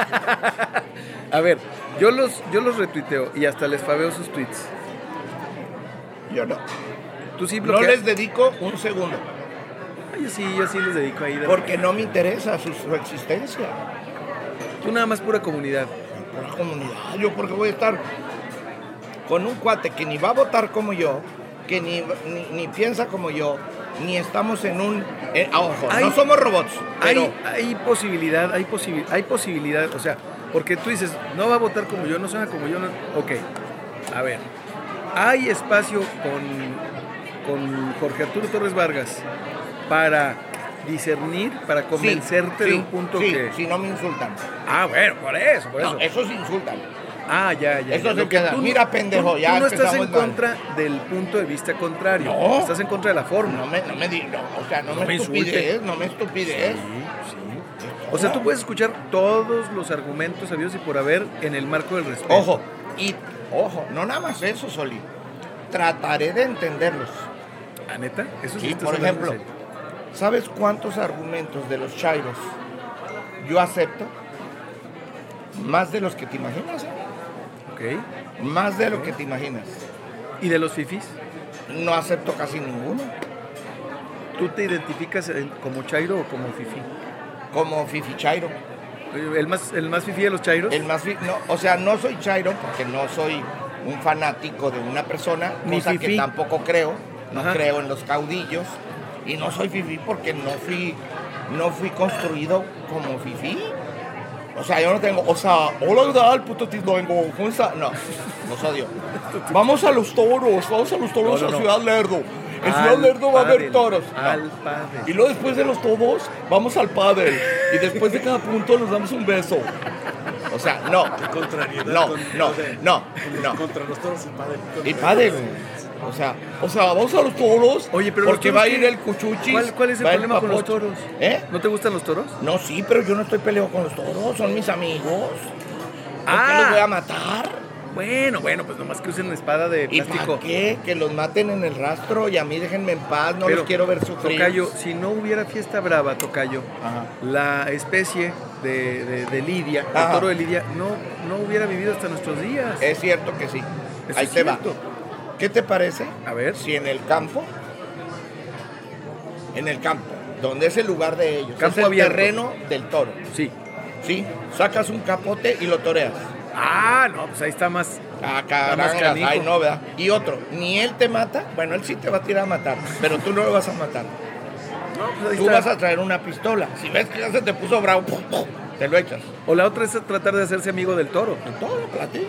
Speaker 5: Ah. A ver, yo los, yo los retuiteo y hasta les fabeo sus tweets.
Speaker 4: Yo no.
Speaker 5: Tú sí
Speaker 4: No
Speaker 5: bloqueas.
Speaker 4: les dedico un segundo,
Speaker 5: Ah, Yo sí, yo sí les dedico ahí. de-
Speaker 4: porque no me interesa su, su existencia.
Speaker 5: Tú nada más pura comunidad.
Speaker 4: Por la comunidad, yo porque voy a estar con un cuate que ni va a votar como yo, que ni, ni, ni piensa como yo, ni estamos en un... eh, ah, ojo,
Speaker 5: Ay.
Speaker 4: no somos robots, pero...
Speaker 5: Hay, hay posibilidad, hay, posibil- hay posibilidad, o sea, porque tú dices, no va a votar como yo, no suena como yo, no... ok, a ver, hay espacio con, con Jorge Arturo Torres Vargas para discernir, para
Speaker 4: sí,
Speaker 5: convencerte de
Speaker 4: sí,
Speaker 5: un punto
Speaker 4: sí,
Speaker 5: que...
Speaker 4: Si no me insultan.
Speaker 5: Ah, bueno, por eso, por
Speaker 4: No,
Speaker 5: eso.
Speaker 4: esos insultan.
Speaker 5: Ah, ya, ya.
Speaker 4: eso
Speaker 5: ya,
Speaker 4: se
Speaker 5: lo que
Speaker 4: queda.
Speaker 5: tú no-
Speaker 4: Mira, pendejo,
Speaker 5: tú-
Speaker 4: ya
Speaker 5: Tú no estás en
Speaker 4: empezamos mal.
Speaker 5: contra del punto de vista contrario,
Speaker 4: No.
Speaker 5: estás en contra de la forma.
Speaker 4: No me, no me di- no, o sea, no,
Speaker 5: No
Speaker 4: me,
Speaker 5: me insulte.
Speaker 4: estupidez, no me estupidez.
Speaker 5: O sea, tú puedes escuchar todos los argumentos sabidos y por haber en el marco del respeto.
Speaker 4: Ojo, y ojo, no nada más eso, Soli. Trataré de entenderlos.
Speaker 5: ¿Ah, neta? Eso
Speaker 4: Sí,
Speaker 5: estás
Speaker 4: por
Speaker 5: hablando en
Speaker 4: ejemplo,
Speaker 5: serio.
Speaker 4: ¿sabes cuántos argumentos de los chairos yo acepto? Más de los que te imaginas. ¿eh?
Speaker 5: Ok.
Speaker 4: Más de lo que te imaginas.
Speaker 5: ¿Y de los fifis?
Speaker 4: No acepto casi ninguno.
Speaker 5: ¿Tú te identificas en- como chairo o como fifi?
Speaker 4: Como Fifi Chairo.
Speaker 5: ¿El más, el más fifi de los chairos?
Speaker 4: El más fi- no, o sea, no soy Chairo porque no soy un fanático de una persona,
Speaker 5: Ni
Speaker 4: cosa que
Speaker 5: fifí.
Speaker 4: tampoco creo. No
Speaker 5: Ajá.
Speaker 4: creo en los caudillos. Y no soy Fifi porque no fui, no fui construido como Fifi. O sea, yo no tengo, o sea, hola, ¿qué tal? Puto tis, no vengo, ¿cómo está? No, los odio. Vamos a los toros, vamos a los toros
Speaker 5: No, no,
Speaker 4: a
Speaker 5: no. Ah,
Speaker 4: Ciudad Lerdo. En
Speaker 5: Al
Speaker 4: Ciudad Lerdo va a haber
Speaker 5: pádel,
Speaker 4: toros. No.
Speaker 5: Al padre.
Speaker 4: Y luego después de los tobos, vamos al pádel. Y después de cada punto nos damos un beso. O sea, no.
Speaker 6: Contrariedad
Speaker 4: No,
Speaker 6: con-
Speaker 4: no,
Speaker 6: de-
Speaker 4: no,
Speaker 6: con-
Speaker 4: no.
Speaker 6: Contra los toros y padre.
Speaker 4: Y pádel. O sea, o sea, vamos a los toros.
Speaker 5: Oye, pero
Speaker 4: porque
Speaker 5: los toros
Speaker 4: va a ir
Speaker 5: qué?
Speaker 4: el cuchuchis.
Speaker 5: ¿Cuál, cuál es el
Speaker 4: va ir
Speaker 5: problema con los
Speaker 4: papocho.
Speaker 5: toros?
Speaker 4: ¿Eh?
Speaker 5: ¿No te gustan los toros?
Speaker 4: No, sí, pero yo no estoy peleado con los toros, son mis amigos. ¿Por qué
Speaker 5: Ah.
Speaker 4: los voy a matar?
Speaker 5: Bueno, bueno, pues nomás que usen espada de
Speaker 4: ¿Y para
Speaker 5: plástico.
Speaker 4: qué? Que los maten en el rastro y a mí déjenme en paz, no
Speaker 5: Pero,
Speaker 4: los quiero ver sufrir.
Speaker 5: Tocayo, si no hubiera fiesta brava, Tocayo,
Speaker 4: Ajá.
Speaker 5: la especie de, de- de lidia,
Speaker 4: Ajá.
Speaker 5: el toro de lidia, no, no hubiera vivido hasta nuestros días.
Speaker 4: Es cierto que sí.
Speaker 5: Eso
Speaker 4: Ahí
Speaker 5: es
Speaker 4: te va.
Speaker 5: cierto.
Speaker 4: ¿Qué te parece?
Speaker 5: A ver.
Speaker 4: Si en el campo, en el campo, donde es el lugar de ellos,
Speaker 5: Campo
Speaker 4: es el
Speaker 5: abierto.
Speaker 4: terreno del toro,
Speaker 5: Sí.
Speaker 4: ¿sí? Sacas un capote y lo toreas.
Speaker 5: Ah, no, pues ahí está más.
Speaker 4: Ah,
Speaker 5: más
Speaker 4: caramba,
Speaker 5: canijo.
Speaker 4: ay no, ¿verdad? Y otro, ni él te mata, bueno, él sí te va a tirar a matar, pero tú no lo vas a matar.
Speaker 5: pues ahí
Speaker 4: Tú
Speaker 5: está.
Speaker 4: vas a traer una pistola. Si ves que ya se te puso bravo, ¡pum, pum! te lo echas.
Speaker 5: O la otra es tratar de hacerse amigo del toro.
Speaker 4: Todo, platica.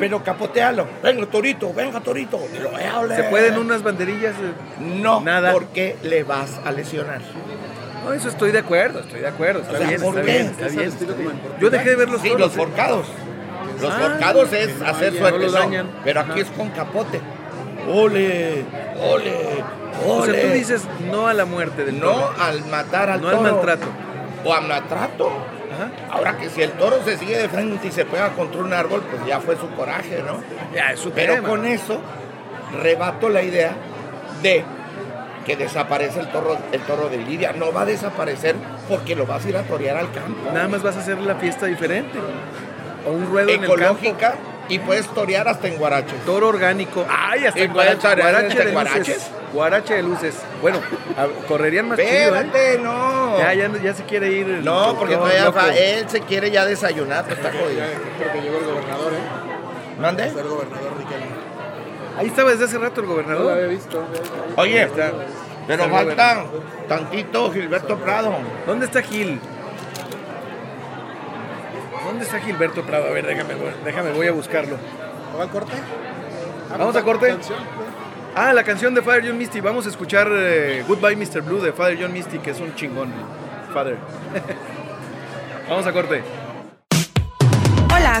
Speaker 4: Pero capotealo. Venga, torito, venga, torito. Te lo voy a oler.
Speaker 5: Se pueden unas banderillas. eh.
Speaker 4: No,
Speaker 5: Nada.
Speaker 4: porque le vas a lesionar.
Speaker 5: No, eso estoy de acuerdo, estoy de acuerdo. Está
Speaker 4: O sea,
Speaker 5: bien,
Speaker 4: ¿por
Speaker 5: está
Speaker 4: qué?
Speaker 5: bien, está
Speaker 6: Está
Speaker 5: bien.
Speaker 6: vestido como en portugués.
Speaker 5: Yo dejé de ver los
Speaker 4: Sí,
Speaker 5: toros.
Speaker 4: los
Speaker 5: ¿eh?
Speaker 4: forcados. Los
Speaker 5: Ah,
Speaker 4: forcados es
Speaker 6: que no
Speaker 4: hacer
Speaker 6: dañen,
Speaker 4: suerte,
Speaker 5: no lo
Speaker 4: no.
Speaker 5: dañan.
Speaker 4: Pero aquí
Speaker 5: Ajá.
Speaker 4: es con capote. Ole, ole,
Speaker 5: O
Speaker 4: ole.
Speaker 5: sea, tú dices no a la muerte del
Speaker 4: no
Speaker 5: toro.
Speaker 4: al matar al
Speaker 5: No al
Speaker 4: toro.
Speaker 5: maltrato.
Speaker 4: O al maltrato.
Speaker 5: Ajá.
Speaker 4: Ahora que si el toro se sigue de frente y se pega contra un árbol, pues ya fue su coraje, ¿no?
Speaker 5: Ya, es su
Speaker 4: Pero
Speaker 5: tema.
Speaker 4: con eso rebato la idea de que desaparece el toro, el toro de Lidia. No va a desaparecer porque lo vas a ir a torear al campo.
Speaker 5: Nada más vas a hacer la fiesta diferente. O un ruedo en el campo.
Speaker 4: Ecológica y puedes torear hasta en Guaraches.
Speaker 5: Toro orgánico. Ay, hasta
Speaker 4: Y pueden
Speaker 5: en guarache, guarache
Speaker 4: estar
Speaker 5: de
Speaker 4: en
Speaker 5: luces. Guarache de luces. Bueno, a- correrían más chido, ¿eh?
Speaker 4: Espérate, no.
Speaker 5: Ya, ya, ya se quiere ir. el
Speaker 4: No, porque
Speaker 5: doctor,
Speaker 4: todavía
Speaker 5: loco.
Speaker 4: fa- eh. él se quiere ya desayunar, pues está jodido.
Speaker 6: Creo que llegó el gobernador, ¿eh?
Speaker 4: ¿Mande?
Speaker 6: Está el gobernador Riquelme.
Speaker 5: Ahí estaba desde hace rato el
Speaker 6: No lo había
Speaker 5: gobernador.
Speaker 6: visto.
Speaker 4: Oye,
Speaker 5: Ahí está.
Speaker 4: pero
Speaker 5: Está
Speaker 4: falta tantito Gilberto Prado.
Speaker 5: ¿Dónde está Gil? ¿Dónde está Gilberto Prado? A ver, déjame, déjame, voy a buscarlo.
Speaker 6: ¿Va al corte?
Speaker 5: ¿Vamos a corte?
Speaker 6: Canción.
Speaker 5: Ah, la canción de Father John Misty. Vamos a escuchar eh, Goodbye Mr. Blue de Father John Misty, que es un chingón. Father. Vamos a corte.
Speaker 9: Hola,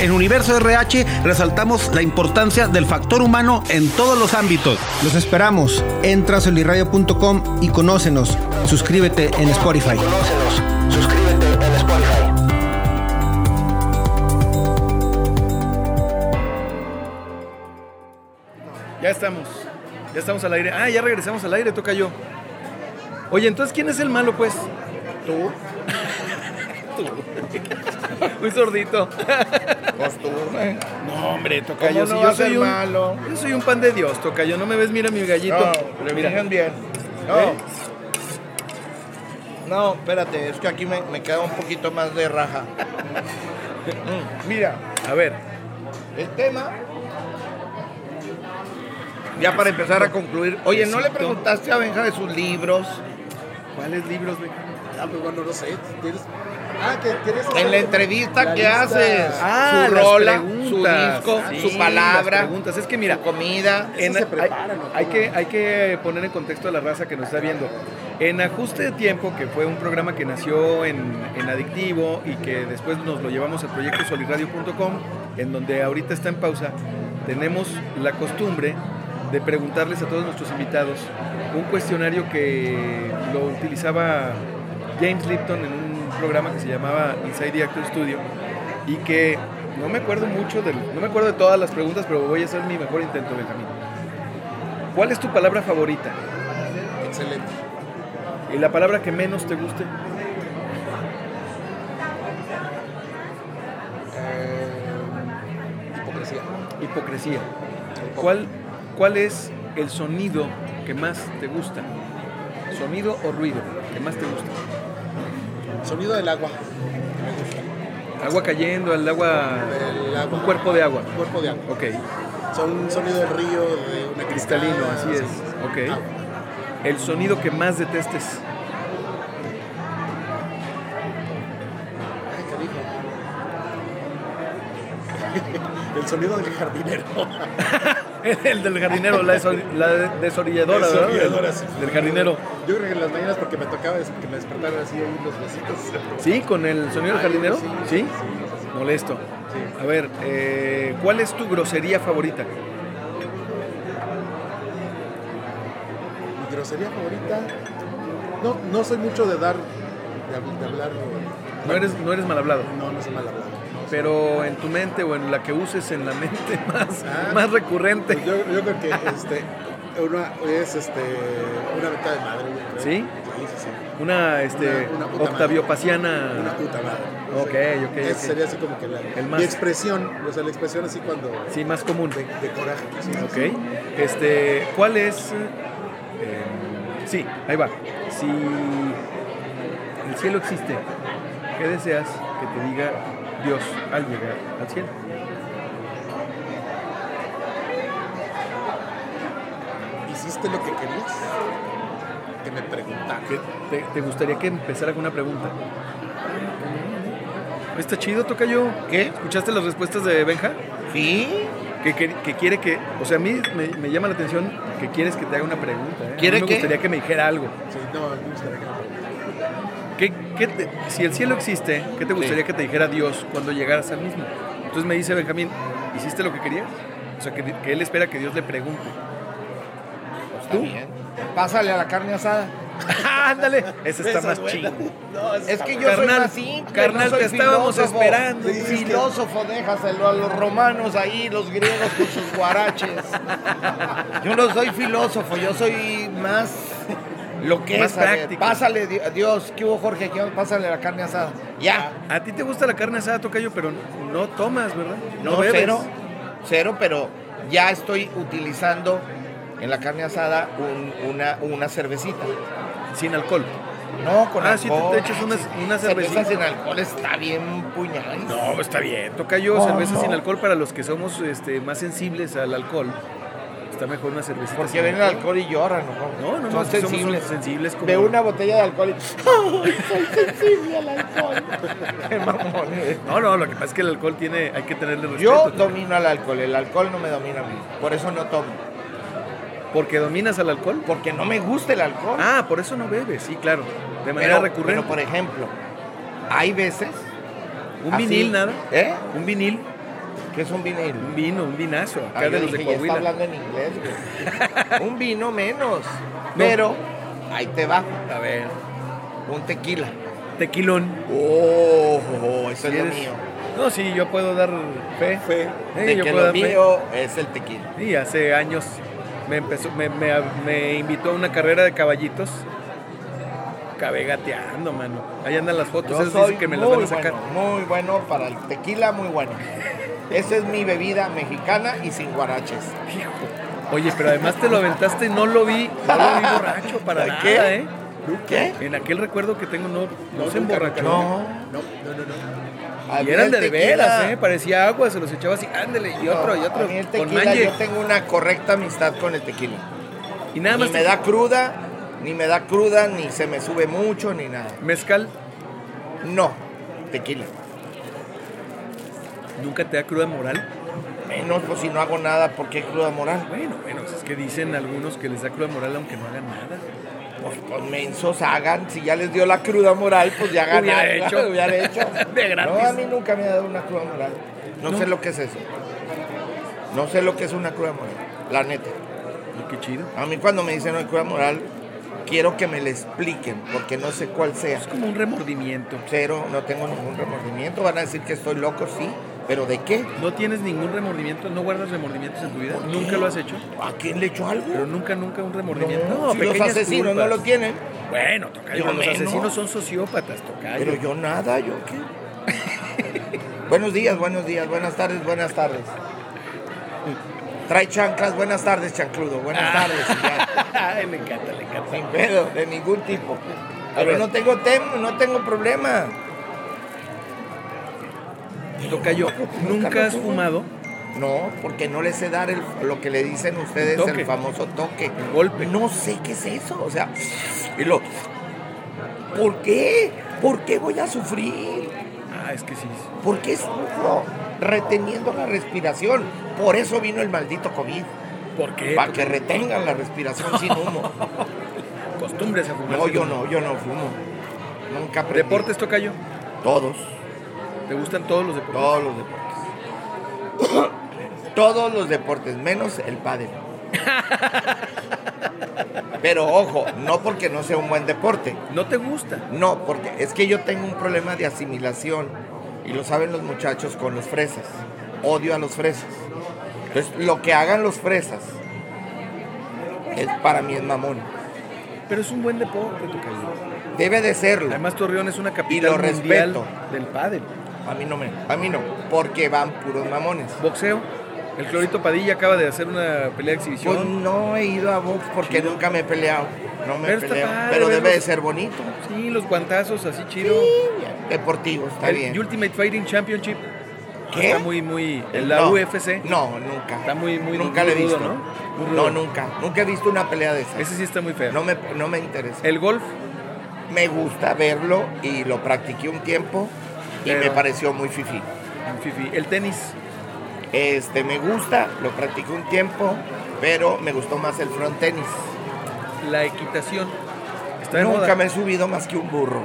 Speaker 10: En Universo RH resaltamos la importancia del factor humano en todos los ámbitos.
Speaker 11: Los esperamos. Entra a solirradio.com y conócenos. Suscríbete en Spotify.
Speaker 12: Suscríbete en Spotify.
Speaker 5: Ya estamos. Ya estamos al aire. Ah, ya regresamos al aire, toca yo. Oye, entonces, ¿quién es el malo, pues?
Speaker 4: Tú.
Speaker 5: Muy sordito.
Speaker 4: Pues tú, güey. No, hombre, toca
Speaker 5: Tocayo,
Speaker 4: yo.
Speaker 5: si
Speaker 4: No
Speaker 5: yo
Speaker 4: yo soy
Speaker 5: soy un-
Speaker 4: malo.
Speaker 5: Yo soy un pan de Dios, tocayo. No me ves, mira mi gallito.
Speaker 4: No,
Speaker 5: Pero mira.
Speaker 4: miren bien. No.
Speaker 5: ¿Eh?
Speaker 4: No, espérate, es que aquí me, me queda un poquito más de raja. Mm, Mira,
Speaker 5: A ver,
Speaker 4: el tema. Ya para empezar a concluir. Oye, ¿no le
Speaker 5: Besito.
Speaker 4: preguntaste a Benja de sus libros?
Speaker 5: ¿cuáles libros, güey?
Speaker 6: Ah, pues bueno, no sé. ¿Tienes... Ah, que querías hacer
Speaker 4: En la entrevista
Speaker 6: la
Speaker 4: que
Speaker 6: lista.
Speaker 4: haces,
Speaker 5: Ah,
Speaker 4: su
Speaker 5: las
Speaker 4: rola, su
Speaker 5: preguntas.
Speaker 4: disco,
Speaker 5: Sí,
Speaker 4: su palabra,
Speaker 5: las preguntas. Es que mira, Eh,
Speaker 4: su comida.
Speaker 6: Eso
Speaker 5: en-
Speaker 6: se
Speaker 5: hay,
Speaker 6: prepara, ¿no?
Speaker 5: hay que, hay que poner en contexto a la raza que nos está viendo. En Ajuste de Tiempo, que fue un programa que nació en, en Adictivo y que después nos lo llevamos al proyecto soliradio.com, en donde ahorita está en pausa, tenemos la costumbre de preguntarles a todos nuestros invitados un cuestionario que lo utilizaba James Lipton en un programa que se llamaba Inside the Actor Studio y que no me acuerdo mucho del, no me acuerdo de todas las preguntas, pero voy a hacer mi mejor intento, Benjamín. ¿Cuál es tu palabra favorita?
Speaker 6: Excelente.
Speaker 5: ¿Y la palabra que menos te guste?
Speaker 6: Eh, hipocresía.
Speaker 5: Hipocresía. ¿Cuál, ¿Cuál es el sonido que más te gusta? ¿Sonido o ruido que más te gusta?
Speaker 6: Sonido del agua.
Speaker 5: Agua cayendo, el agua
Speaker 6: Del el agua.
Speaker 5: Un cuerpo de agua.
Speaker 6: Un cuerpo de agua.
Speaker 5: Ok.
Speaker 6: Son un sonido del río, de una
Speaker 5: Cristalino,
Speaker 6: cascada,
Speaker 5: así
Speaker 6: sí.
Speaker 5: es. Ok.
Speaker 6: Ah,
Speaker 5: El sonido que más detestes.
Speaker 6: Ay, canijo. El sonido del jardinero.
Speaker 5: El del jardinero, la, desori- la de- desorilladora, ¿verdad?
Speaker 6: Desorilladora,
Speaker 5: Del-
Speaker 6: sí.
Speaker 5: Del jardinero.
Speaker 6: Yo creo que en las mañanas porque me tocaba des- que me despertaran así ahí los vasitos.
Speaker 5: ¿Sí? ¿Con el sonido del
Speaker 6: Ay,
Speaker 5: jardinero?
Speaker 6: sí,
Speaker 5: ¿Sí? Molesto. A ver, eh, ¿cuál es tu grosería favorita?
Speaker 6: Mi grosería favorita. No, no soy mucho de dar, de, hab- de hablar. o-
Speaker 5: No eres, no eres mal hablado.
Speaker 6: No, no soy mal hablado. no.
Speaker 5: Pero en tu mente o en la que uses en la mente más,
Speaker 6: Ah.
Speaker 5: más recurrente.
Speaker 6: Pues Yo, yo creo que este, una es este, una venta de madre. yo creo.
Speaker 5: ¿Sí?
Speaker 6: Sí, sí, sí.
Speaker 5: Una, este,
Speaker 6: Una- una puta
Speaker 5: Octavio
Speaker 6: madre.
Speaker 5: Paciana.
Speaker 6: Una puta madre.
Speaker 5: Ok, ok,
Speaker 6: Esa
Speaker 5: ok.
Speaker 6: sería así como que la
Speaker 5: El más-
Speaker 6: mi expresión, o sea, la expresión así cuando
Speaker 5: Sí, más común.
Speaker 6: de, de coraje. sí, sí, sí.
Speaker 5: Ok. Este, ¿cuál es? eh, sí, ahí va. Si el cielo existe, ¿qué deseas que te diga Dios al llegar al cielo?
Speaker 6: ¿Hiciste lo que querías? Que me preguntaran.
Speaker 5: ¿Qué te, te gustaría que empezara con una pregunta? ¿Está chido, Tocayo? ¿Qué? ¿Escuchaste las respuestas de Benja? Sí. Que, que- que quiere que... O sea, a mí me, me llama la atención que quieres que te haga una pregunta. ¿eh? A mí
Speaker 6: ¿Quiere
Speaker 5: me
Speaker 6: qué?
Speaker 5: gustaría que me dijera algo.
Speaker 6: Sí, no, me gustaría que me preguntaran.
Speaker 5: ¿Qué, qué te- si el cielo existe, ¿qué te gustaría que te dijera Dios cuando llegaras al mismo? Entonces me dice Benjamín, ¿hiciste lo que querías? O sea, que, que él espera que Dios le pregunte. ¿Tú?
Speaker 4: Pásale a la carne asada.
Speaker 5: Ándale, ese está más chido.
Speaker 4: Es que
Speaker 5: está
Speaker 4: yo soy
Speaker 5: carnal,
Speaker 4: más simple.
Speaker 5: carnal,
Speaker 4: no soy
Speaker 5: te estábamos
Speaker 4: filósofo.
Speaker 5: esperando.
Speaker 4: Sí,
Speaker 5: Sí,
Speaker 4: filósofo, déjaselo a los romanos ahí, los griegos con sus guaraches. Yo no soy filósofo, yo soy más lo que
Speaker 5: Más
Speaker 4: es. a ver,
Speaker 5: práctico.
Speaker 4: Pásale, di- Dios, ¿qué hubo, Jorge? ¿Qué onda? Pásale la carne asada. Ya.
Speaker 5: A ti te gusta la carne asada, Tocayo, pero no tomas, ¿verdad?
Speaker 4: No,
Speaker 5: bebes.
Speaker 4: cero, cero, pero ya estoy utilizando en la carne asada un- una, una cervecita.
Speaker 5: Sin alcohol.
Speaker 4: No, con
Speaker 5: Ah, sí, te-
Speaker 4: alcohol.
Speaker 5: te echas una- una cervecita.
Speaker 4: Cerveza sin alcohol está bien puñal.
Speaker 5: No, está bien. Tocayo,
Speaker 4: No,
Speaker 5: cerveza
Speaker 4: no.
Speaker 5: sin alcohol para los que somos este, más sensibles al alcohol. Está mejor una cervecita
Speaker 4: Porque
Speaker 5: sin
Speaker 4: ven el alcohol y lloran, ¿no?
Speaker 5: No, no, no,
Speaker 4: Son
Speaker 5: es que somos
Speaker 4: sensibles.
Speaker 5: sensibles como...
Speaker 4: Ve una botella de alcohol y. ¡Ay, soy sensible al alcohol! ¡Qué mamón!
Speaker 5: No, no, lo que pasa es que el alcohol tiene, hay que tenerle respeto.
Speaker 4: Yo domino al alcohol, el alcohol no me domina a mí. Por eso no tomo.
Speaker 5: ¿Porque dominas al alcohol?
Speaker 4: Porque no me gusta el alcohol.
Speaker 5: Ah, por eso no bebes, sí, claro. De manera
Speaker 4: Pero-
Speaker 5: recurrente.
Speaker 4: pero, por ejemplo, hay veces.
Speaker 5: ¿Un
Speaker 4: pues, así-
Speaker 5: vinil nada?
Speaker 4: ¿Eh?
Speaker 5: ¿Un vinil?
Speaker 4: ¿Qué es un vinil?
Speaker 5: Un vino, un vinazo. Acá
Speaker 4: Ah, yo
Speaker 5: de los de
Speaker 4: dije, ya
Speaker 5: Coahuila.
Speaker 4: está hablando en inglés, güey. un vino menos. Pero ahí te va.
Speaker 5: A ver.
Speaker 4: Un tequila.
Speaker 5: Tequilón.
Speaker 4: Oh, oh, eso
Speaker 5: Si
Speaker 4: es lo
Speaker 5: eres-
Speaker 4: mío.
Speaker 5: No, sí, yo puedo dar fe. Fe.
Speaker 4: De que lo mío es el tequila.
Speaker 5: Y hace años me empezó, me, me, me invitó a una carrera de caballitos. Acabé gateando, mano. Ahí andan las fotos,
Speaker 4: Yo
Speaker 5: esas
Speaker 4: soy
Speaker 5: dicen que me las
Speaker 4: muy
Speaker 5: van a sacar.
Speaker 4: bueno, muy bueno para el tequila, muy bueno. Esa es mi bebida mexicana y sin guaraches.
Speaker 5: Oye, pero además te lo aventaste y no lo vi, no lo vi borracho para nada,
Speaker 4: ¿Qué?
Speaker 5: ¿eh?
Speaker 4: ¿Qué?
Speaker 5: En aquel recuerdo que tengo no, no,
Speaker 6: No,
Speaker 5: se
Speaker 6: nunca,
Speaker 5: emborrachó.
Speaker 4: No.
Speaker 6: No, no, no, no.
Speaker 4: A
Speaker 5: Y
Speaker 4: mí
Speaker 5: eran
Speaker 4: el
Speaker 5: de, de
Speaker 4: tequila-
Speaker 5: veras, ¿eh? Parecía agua, se los echaba así, ándele, y otro, y
Speaker 4: No,
Speaker 5: otro,
Speaker 4: a mí el
Speaker 5: con
Speaker 4: tequila,
Speaker 5: manje.
Speaker 4: yo tengo una correcta amistad con el tequila.
Speaker 5: Y nada más
Speaker 4: ni me
Speaker 5: te-
Speaker 4: da cruda, ni me da cruda, ni se me sube mucho, ni nada.
Speaker 5: ¿Mezcal?
Speaker 4: No, tequila.
Speaker 5: ¿Nunca te da cruda moral?
Speaker 4: Menos pues si no hago nada, porque qué cruda moral?
Speaker 5: Bueno, bueno, pues es que dicen algunos que les da cruda moral aunque no hagan nada.
Speaker 4: Pues, pues, mensos hagan, si ya les dio la cruda moral, pues ya hagan
Speaker 5: Hubiera
Speaker 4: algo,
Speaker 5: hecho.
Speaker 4: hubiera hecho.
Speaker 5: De gratis.
Speaker 4: No, a mí nunca me ha dado una cruda moral. No,
Speaker 5: No.
Speaker 4: sé lo que es eso. No sé lo que es una cruda moral, la neta.
Speaker 5: Y qué chido.
Speaker 4: A mí cuando me dicen una cruda moral, quiero que me la expliquen, porque no sé cuál sea.
Speaker 5: Es como un remordimiento.
Speaker 4: Cero, no tengo ningún remordimiento. Van a decir que estoy loco, sí, pero ¿de qué?
Speaker 5: ¿No tienes ningún remordimiento? ¿No guardas remordimientos en tu vida?
Speaker 4: ¿Por qué?
Speaker 5: ¿Nunca lo has hecho?
Speaker 4: ¿A quién le echó
Speaker 5: Pero
Speaker 4: algo?
Speaker 5: nunca, nunca un remordimiento.
Speaker 4: No,
Speaker 5: No,
Speaker 4: si los
Speaker 5: pequeñas
Speaker 4: asesinos
Speaker 5: culpas.
Speaker 4: no lo tienen.
Speaker 5: Bueno, tocayo,
Speaker 4: Yo
Speaker 5: los
Speaker 4: menos.
Speaker 5: asesinos son sociópatas, tocayo.
Speaker 4: Pero yo nada, yo qué. buenos días, buenos días, buenas tardes, buenas tardes. Trae chanclas, buenas tardes, chancludo, buenas
Speaker 5: Ah.
Speaker 4: tardes. y ya.
Speaker 5: Ay, me encanta, me encanta.
Speaker 4: Sin pedo, de ningún tipo.
Speaker 5: ver.
Speaker 4: Pero no tengo tem no tengo problema.
Speaker 5: Tocayo, ¿nunca has fumado?
Speaker 4: No, porque no les sé dar el- lo que le dicen ustedes,
Speaker 5: Toque.
Speaker 4: el famoso toque. El golpe. No sé qué es eso. O sea, y lo. ¿Por qué? ¿Por qué voy a sufrir?
Speaker 5: Ah, es que sí.
Speaker 4: ¿Por qué sufro? Reteniendo la respiración. Por eso vino el maldito COVID.
Speaker 5: ¿Por qué?
Speaker 4: Para que retengan la respiración sin humo.
Speaker 5: Costumbres a fumar.
Speaker 4: No, yo no, yo no fumo. Nunca aprendí.
Speaker 5: ¿Deportes toca yo?
Speaker 4: Todos.
Speaker 5: ¿Te gustan todos los deportes?
Speaker 4: Todos los deportes. Todos los deportes, menos el pádel. Pero ojo, no porque no sea un buen deporte.
Speaker 5: ¿No te gusta?
Speaker 4: No, porque es que yo tengo un problema de asimilación y lo saben los muchachos con los fresas. Odio a los fresas. Entonces, lo que hagan los fresas es, para mí es mamón.
Speaker 5: Pero es un buen deporte, Tocayo.
Speaker 4: Debe de serlo.
Speaker 5: Además, Torreón es una capital
Speaker 4: Y lo
Speaker 5: mundial
Speaker 4: respeto.
Speaker 5: del pádel.
Speaker 4: A mí no me, a mí no, porque van puros mamones.
Speaker 5: Boxeo. El Clorito Padilla acaba de hacer una pelea de exhibición.
Speaker 4: Pues no he ido a box porque nunca me he peleado. No me he
Speaker 5: Pero está
Speaker 4: peleado.
Speaker 5: padre
Speaker 4: pero debe
Speaker 5: verlos.
Speaker 4: de ser bonito.
Speaker 5: Sí, los guantazos así chido.
Speaker 4: Deportivo, está
Speaker 5: el
Speaker 4: bien.
Speaker 5: Ultimate Fighting Championship.
Speaker 4: ¿Qué?
Speaker 5: Está muy, muy. En la
Speaker 4: No.
Speaker 5: UFC.
Speaker 4: No, nunca.
Speaker 5: Está muy, muy.
Speaker 4: Nunca
Speaker 5: muy
Speaker 4: le he
Speaker 5: rudo,
Speaker 4: visto.
Speaker 5: ¿no?
Speaker 4: ¿no?
Speaker 5: Muy rudo.
Speaker 4: nunca. Nunca he visto una pelea de esas.
Speaker 5: Ese sí está muy feo.
Speaker 4: No me, no me interesa.
Speaker 5: ¿El golf?
Speaker 4: Me gusta verlo y lo practiqué un tiempo y me
Speaker 5: Pero-
Speaker 4: pareció muy fifí.
Speaker 5: Fifi. ¿El tenis?
Speaker 4: Este, me gusta, lo practiqué un tiempo, pero me gustó más el front tenis.
Speaker 5: La equitación. Está de
Speaker 4: Nunca
Speaker 5: moda.
Speaker 4: me he subido más que un burro.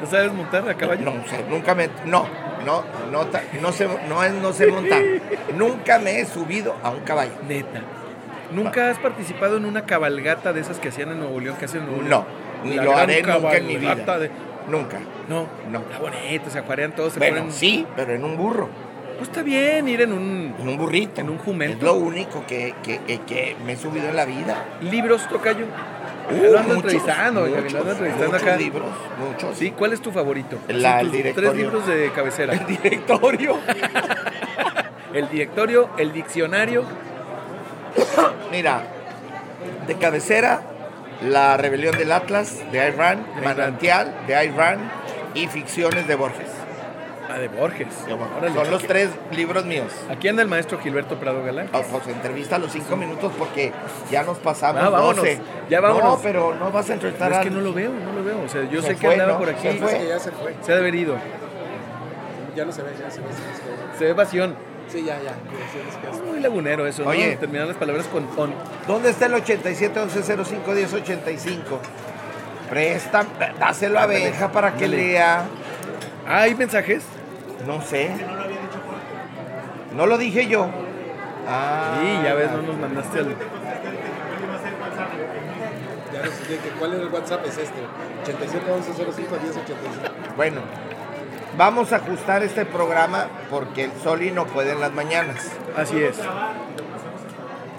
Speaker 5: ¿No sabes montar a caballo?
Speaker 4: No, sé, nunca me. No, no, no, ta- no sé, no, es- no sé montar. nunca me he subido a un caballo.
Speaker 5: Neta. ¿Nunca has participado en una cabalgata de esas que hacían en Nuevo León? Que hacen en Nuevo León?
Speaker 4: No, ni
Speaker 5: La
Speaker 4: lo
Speaker 5: gran
Speaker 4: haré nunca en mi vida.
Speaker 5: cabalgata de-
Speaker 4: Nunca.
Speaker 5: No,
Speaker 4: no.
Speaker 5: Está bonito, se aparean todos, se
Speaker 4: Bueno,
Speaker 5: ponen...
Speaker 4: sí, pero en un burro.
Speaker 5: Pues está bien ir en un...
Speaker 4: En un burrito.
Speaker 5: En un
Speaker 4: Es
Speaker 5: jumento.
Speaker 4: lo único que, que- eh, que me he subido en la vida.
Speaker 5: ¿Libros, Tocayo?
Speaker 4: Uh,
Speaker 5: lo ando
Speaker 4: muchos,
Speaker 5: entrevistando, oiga, lo ando
Speaker 4: muchos,
Speaker 5: entrevistando
Speaker 4: muchos
Speaker 5: acá.
Speaker 4: libros, muchos.
Speaker 5: Sí, ¿cuál es tu favorito?
Speaker 4: La-
Speaker 5: Así,
Speaker 4: el
Speaker 5: tus
Speaker 4: directorio.
Speaker 5: Tres libros de cabecera. El
Speaker 4: directorio.
Speaker 5: el directorio, el diccionario.
Speaker 4: Mira, de cabecera, La Rebelión del Atlas de Irán, Manantial de Irán y Ficciones de Borges.
Speaker 5: Ah, de Borges. Órale.
Speaker 4: Son los tres libros míos.
Speaker 5: Aquí anda el maestro Gilberto Prado Galán.
Speaker 4: Ah, pues entrevista a los cinco minutos porque ya nos pasamos.
Speaker 5: Ah, vámonos,
Speaker 4: 12.
Speaker 5: ya vámonos.
Speaker 4: No, pero no vas a entrevistar
Speaker 5: No,
Speaker 4: a.
Speaker 5: es que no lo veo, no lo veo. O sea, yo
Speaker 4: Se
Speaker 5: sé que
Speaker 4: fue,
Speaker 5: andaba
Speaker 4: ¿no?
Speaker 5: por aquí.
Speaker 4: Se fue.
Speaker 6: Es que ya se fue.
Speaker 5: Se ha de haber ido.
Speaker 6: Ya no se ve, ya se ve. se ve, se ve.
Speaker 5: Se ve pasión.
Speaker 6: Sí, ya, ya. Sí, es que es-
Speaker 5: Muy lagunero eso, ¿no?
Speaker 4: Oye.
Speaker 5: Terminar las palabras con on.
Speaker 4: ¿Dónde está el 87 11 05 10 85? Presta, dáselo a
Speaker 5: Ándale,
Speaker 4: Benja para que
Speaker 5: ándale.
Speaker 4: lea.
Speaker 5: ¿Hay mensajes?
Speaker 4: No sé. No lo dije yo. Ah,
Speaker 5: Sí, ya ves, no nos mandaste al.
Speaker 6: Ya no sé qué- ¿Cuál es el WhatsApp? Es este. 87 11 05 10 85.
Speaker 4: Bueno, vamos a ajustar este programa porque el Soli no puede en las mañanas.
Speaker 5: Así es.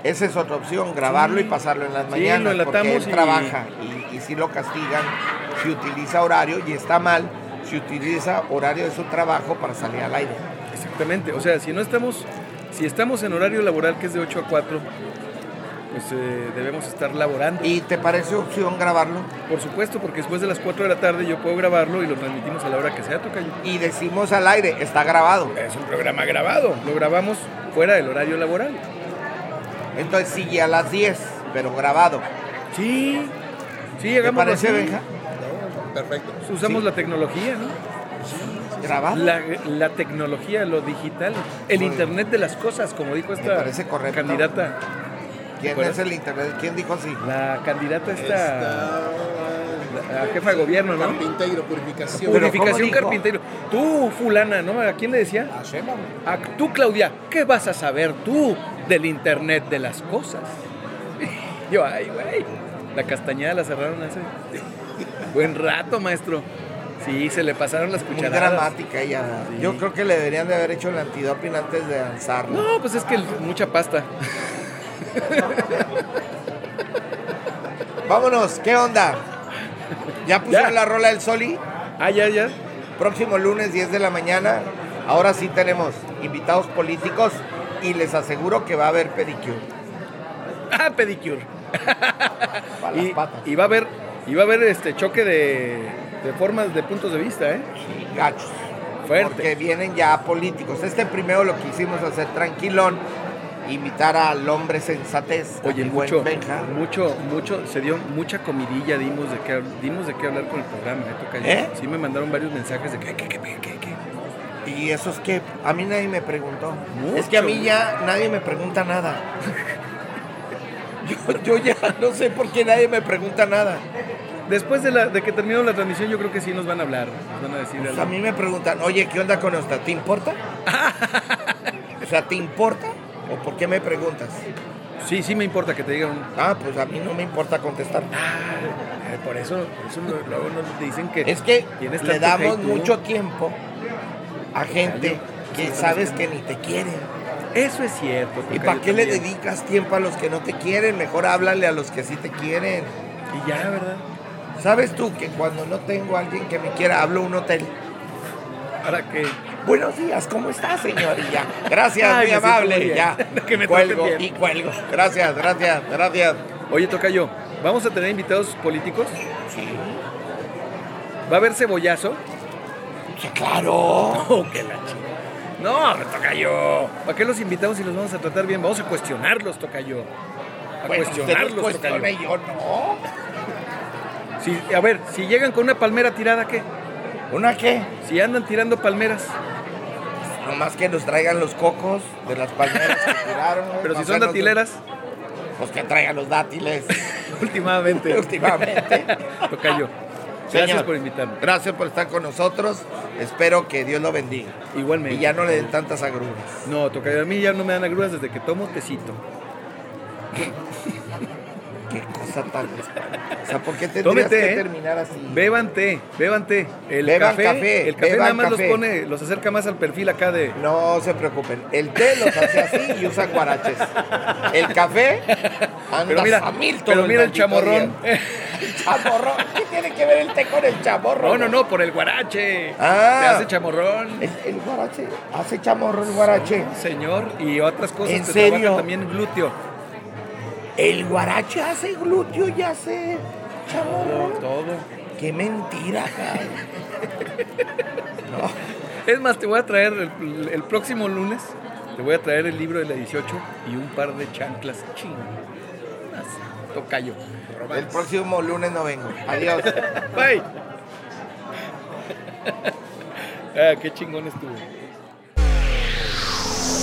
Speaker 4: Esa es otra opción, grabarlo
Speaker 5: Sí.
Speaker 4: y pasarlo en las
Speaker 5: Sí,
Speaker 4: mañanas.
Speaker 5: lo
Speaker 4: porque
Speaker 5: enlatamos
Speaker 4: él
Speaker 5: y-
Speaker 4: trabaja y, y si lo castigan, si utiliza horario y está mal, si utiliza horario de su trabajo para salir al aire.
Speaker 5: Exactamente. O sea, si no estamos. Si estamos en horario laboral que es de 8 a 4, pues eh, debemos estar laborando.
Speaker 4: ¿Y te parece opción grabarlo?
Speaker 5: Por supuesto, porque después de las 4 de la tarde yo puedo grabarlo y lo transmitimos a la hora que sea, Tocayo.
Speaker 4: Y decimos al aire, está grabado.
Speaker 5: Es un programa grabado. Lo grabamos fuera del horario laboral.
Speaker 4: Entonces sigue a las 10, pero grabado.
Speaker 5: Sí. Sí,
Speaker 4: ¿Te
Speaker 5: hagamos
Speaker 4: parece, Benja?
Speaker 6: Perfecto.
Speaker 5: Usamos la tecnología, ¿no?
Speaker 4: Grabado.
Speaker 5: La, la tecnología, lo digital, el
Speaker 4: Ah, Muy bien.
Speaker 5: Internet de las cosas, como dijo
Speaker 4: Me
Speaker 5: esta
Speaker 4: parece correcto.
Speaker 5: candidata. ¿Te
Speaker 4: ¿Quién
Speaker 5: acuerdas?
Speaker 4: es el internet? ¿Quién dijo así?
Speaker 5: La candidata esta,
Speaker 6: Está-
Speaker 5: la jefa de gobierno, ¿no?
Speaker 6: Carpinteiro, purificación.
Speaker 5: Unificación Carpintero. Tú, fulana, ¿no? ¿A quién le decía?
Speaker 6: A Sheinbaum.
Speaker 5: A tú, Claudia, ¿qué vas a saber tú del Internet de las cosas? Yo, ay, güey. La castañeda la cerraron hace buen rato, maestro. Sí, se le pasaron las
Speaker 4: Muy
Speaker 5: cucharadas.
Speaker 4: dramática ella.
Speaker 5: Sí.
Speaker 4: Yo creo que le deberían de haber hecho el antidoping antes de lanzarlo.
Speaker 5: No, pues es que el- mucha pasta.
Speaker 4: Vámonos, ¿qué onda? ¿Ya pusieron la rola del Soli?
Speaker 5: Ah, ya, ya.
Speaker 4: Próximo lunes, 10 de la mañana. Ahora sí tenemos invitados políticos y les aseguro que va a haber pedicure.
Speaker 5: Ah, pedicure.
Speaker 4: Para las
Speaker 5: Y,
Speaker 4: patas.
Speaker 5: y va a haber, y va a haber este choque de, de formas, de puntos de vista, ¿eh?
Speaker 4: Gachos. Fuerte. Porque vienen ya políticos. Este primero lo quisimos hacer tranquilón, imitar al hombre sensatez,
Speaker 5: Oye,
Speaker 4: el
Speaker 5: mucho,
Speaker 4: buen Benja.
Speaker 5: mucho, mucho, se dio mucha comidilla, dimos de qué, dimos de qué hablar con el programa, ¿eh? Tocayo.
Speaker 4: ¿Eh?
Speaker 5: Sí me mandaron varios mensajes de que, que, que, que, que,
Speaker 4: Y esos que a mí nadie me preguntó. Es que a mí ya nadie me pregunta nada. Yo, yo ya no sé por qué nadie me pregunta nada.
Speaker 5: Después de, la, de que terminó la transmisión, yo creo que sí nos van a hablar. Nos van a decir
Speaker 4: Pues
Speaker 5: algo.
Speaker 4: a mí me preguntan, oye, ¿qué onda con Osta? ¿Te importa? o sea, ¿te importa? ¿O por qué me preguntas?
Speaker 5: Sí, sí me importa que te digan.
Speaker 4: Ah, pues a mí no me importa contestar.
Speaker 5: Eh, Por eso, por eso lo- luego nos dicen que.
Speaker 4: Es que
Speaker 5: tienes
Speaker 4: le
Speaker 5: tanto
Speaker 4: damos
Speaker 5: hate, ¿eh? ¿no?
Speaker 4: mucho tiempo a gente que
Speaker 5: estamos
Speaker 4: sabes que
Speaker 5: haciendo.
Speaker 4: ni te quieren.
Speaker 5: Eso es cierto.
Speaker 4: ¿Y
Speaker 5: Tocayo,
Speaker 4: para qué le
Speaker 5: también.
Speaker 4: dedicas tiempo a los que no te quieren? Mejor háblale a los que sí te quieren.
Speaker 5: Y ya, ¿verdad?
Speaker 4: ¿Sabes tú que cuando no tengo a alguien que me quiera, hablo a un hotel?
Speaker 5: ¿Para qué?
Speaker 4: Buenos días, ¿cómo estás, señor? Y ya. Gracias,
Speaker 5: Ay,
Speaker 4: muy
Speaker 5: me siento
Speaker 4: amable.
Speaker 5: muy bien.
Speaker 4: Ya.
Speaker 5: Que me
Speaker 4: cuelgo
Speaker 5: traten
Speaker 4: y
Speaker 5: bien.
Speaker 4: cuelgo. Gracias, gracias, gracias.
Speaker 5: Oye, Tocayo, ¿vamos a tener invitados políticos? Sí. ¿Va a haber cebollazo?
Speaker 4: claro.
Speaker 5: No, Oh, que la chi- No, Tocayo. ¿Para qué los invitamos si los vamos a tratar bien? Vamos a cuestionarlos, Tocayo. A
Speaker 4: Bueno, usted los
Speaker 5: cuestionarlos,
Speaker 4: cuestiona
Speaker 5: Tocayo.
Speaker 4: y yo no.
Speaker 5: Si- a ver, si llegan con una palmera tirada, ¿qué?
Speaker 4: ¿Una qué?
Speaker 5: Si andan tirando palmeras.
Speaker 4: Nomás que nos traigan los cocos de las palmeras que tiraron. güey,
Speaker 5: Pero
Speaker 4: para
Speaker 5: si son
Speaker 4: hacernos-
Speaker 5: datileras.
Speaker 4: Pues que traigan los dátiles.
Speaker 5: Últimamente.
Speaker 4: Últimamente.
Speaker 5: Tocayo. Gracias
Speaker 4: Señor,
Speaker 5: por invitarme.
Speaker 4: Gracias por estar con nosotros. Espero que Dios lo bendiga.
Speaker 5: Igualmente.
Speaker 4: Y ya no le den tantas agruras.
Speaker 5: No, Tocayo, a mí ya no me dan agruras desde que tomo tecito.
Speaker 4: Qué cosa tan espantosa. O sea, ¿por qué
Speaker 5: Tome
Speaker 4: tendrías
Speaker 5: té,
Speaker 4: que
Speaker 5: ¿eh?
Speaker 4: terminar así?
Speaker 5: Beban té, beban té. El
Speaker 4: Beban
Speaker 5: café,
Speaker 4: café,
Speaker 5: el café
Speaker 4: beban
Speaker 5: nada más
Speaker 4: café.
Speaker 5: los pone, los acerca más al perfil acá de.
Speaker 4: No se preocupen. El té los hace así y usa guaraches. El café anda
Speaker 5: Pero mira,
Speaker 4: a mil todo
Speaker 5: pero mira el
Speaker 4: maldito
Speaker 5: chamorrón.
Speaker 4: día. El chamorrón. ¿Qué tiene que ver el té con el chamorro?
Speaker 5: No, no, no, por el guarache.
Speaker 4: Ah.
Speaker 5: Te hace chamorrón.
Speaker 4: El, el guarache. Hace chamorro el guarache.
Speaker 5: Señor, y otras cosas
Speaker 4: ¿En
Speaker 5: te
Speaker 4: serio?
Speaker 5: trabaja también glúteo.
Speaker 4: El guarache hace glúteo y hace chamorro.
Speaker 5: Todo.
Speaker 4: Qué mentira, cabrón.
Speaker 5: Es más, te voy a traer el, el próximo lunes, te voy a traer el libro de la 18 y un par de chanclas chingas. Tocayo.
Speaker 4: El próximo lunes no vengo. Adiós.
Speaker 5: Bye. Ah, qué chingón estuvo.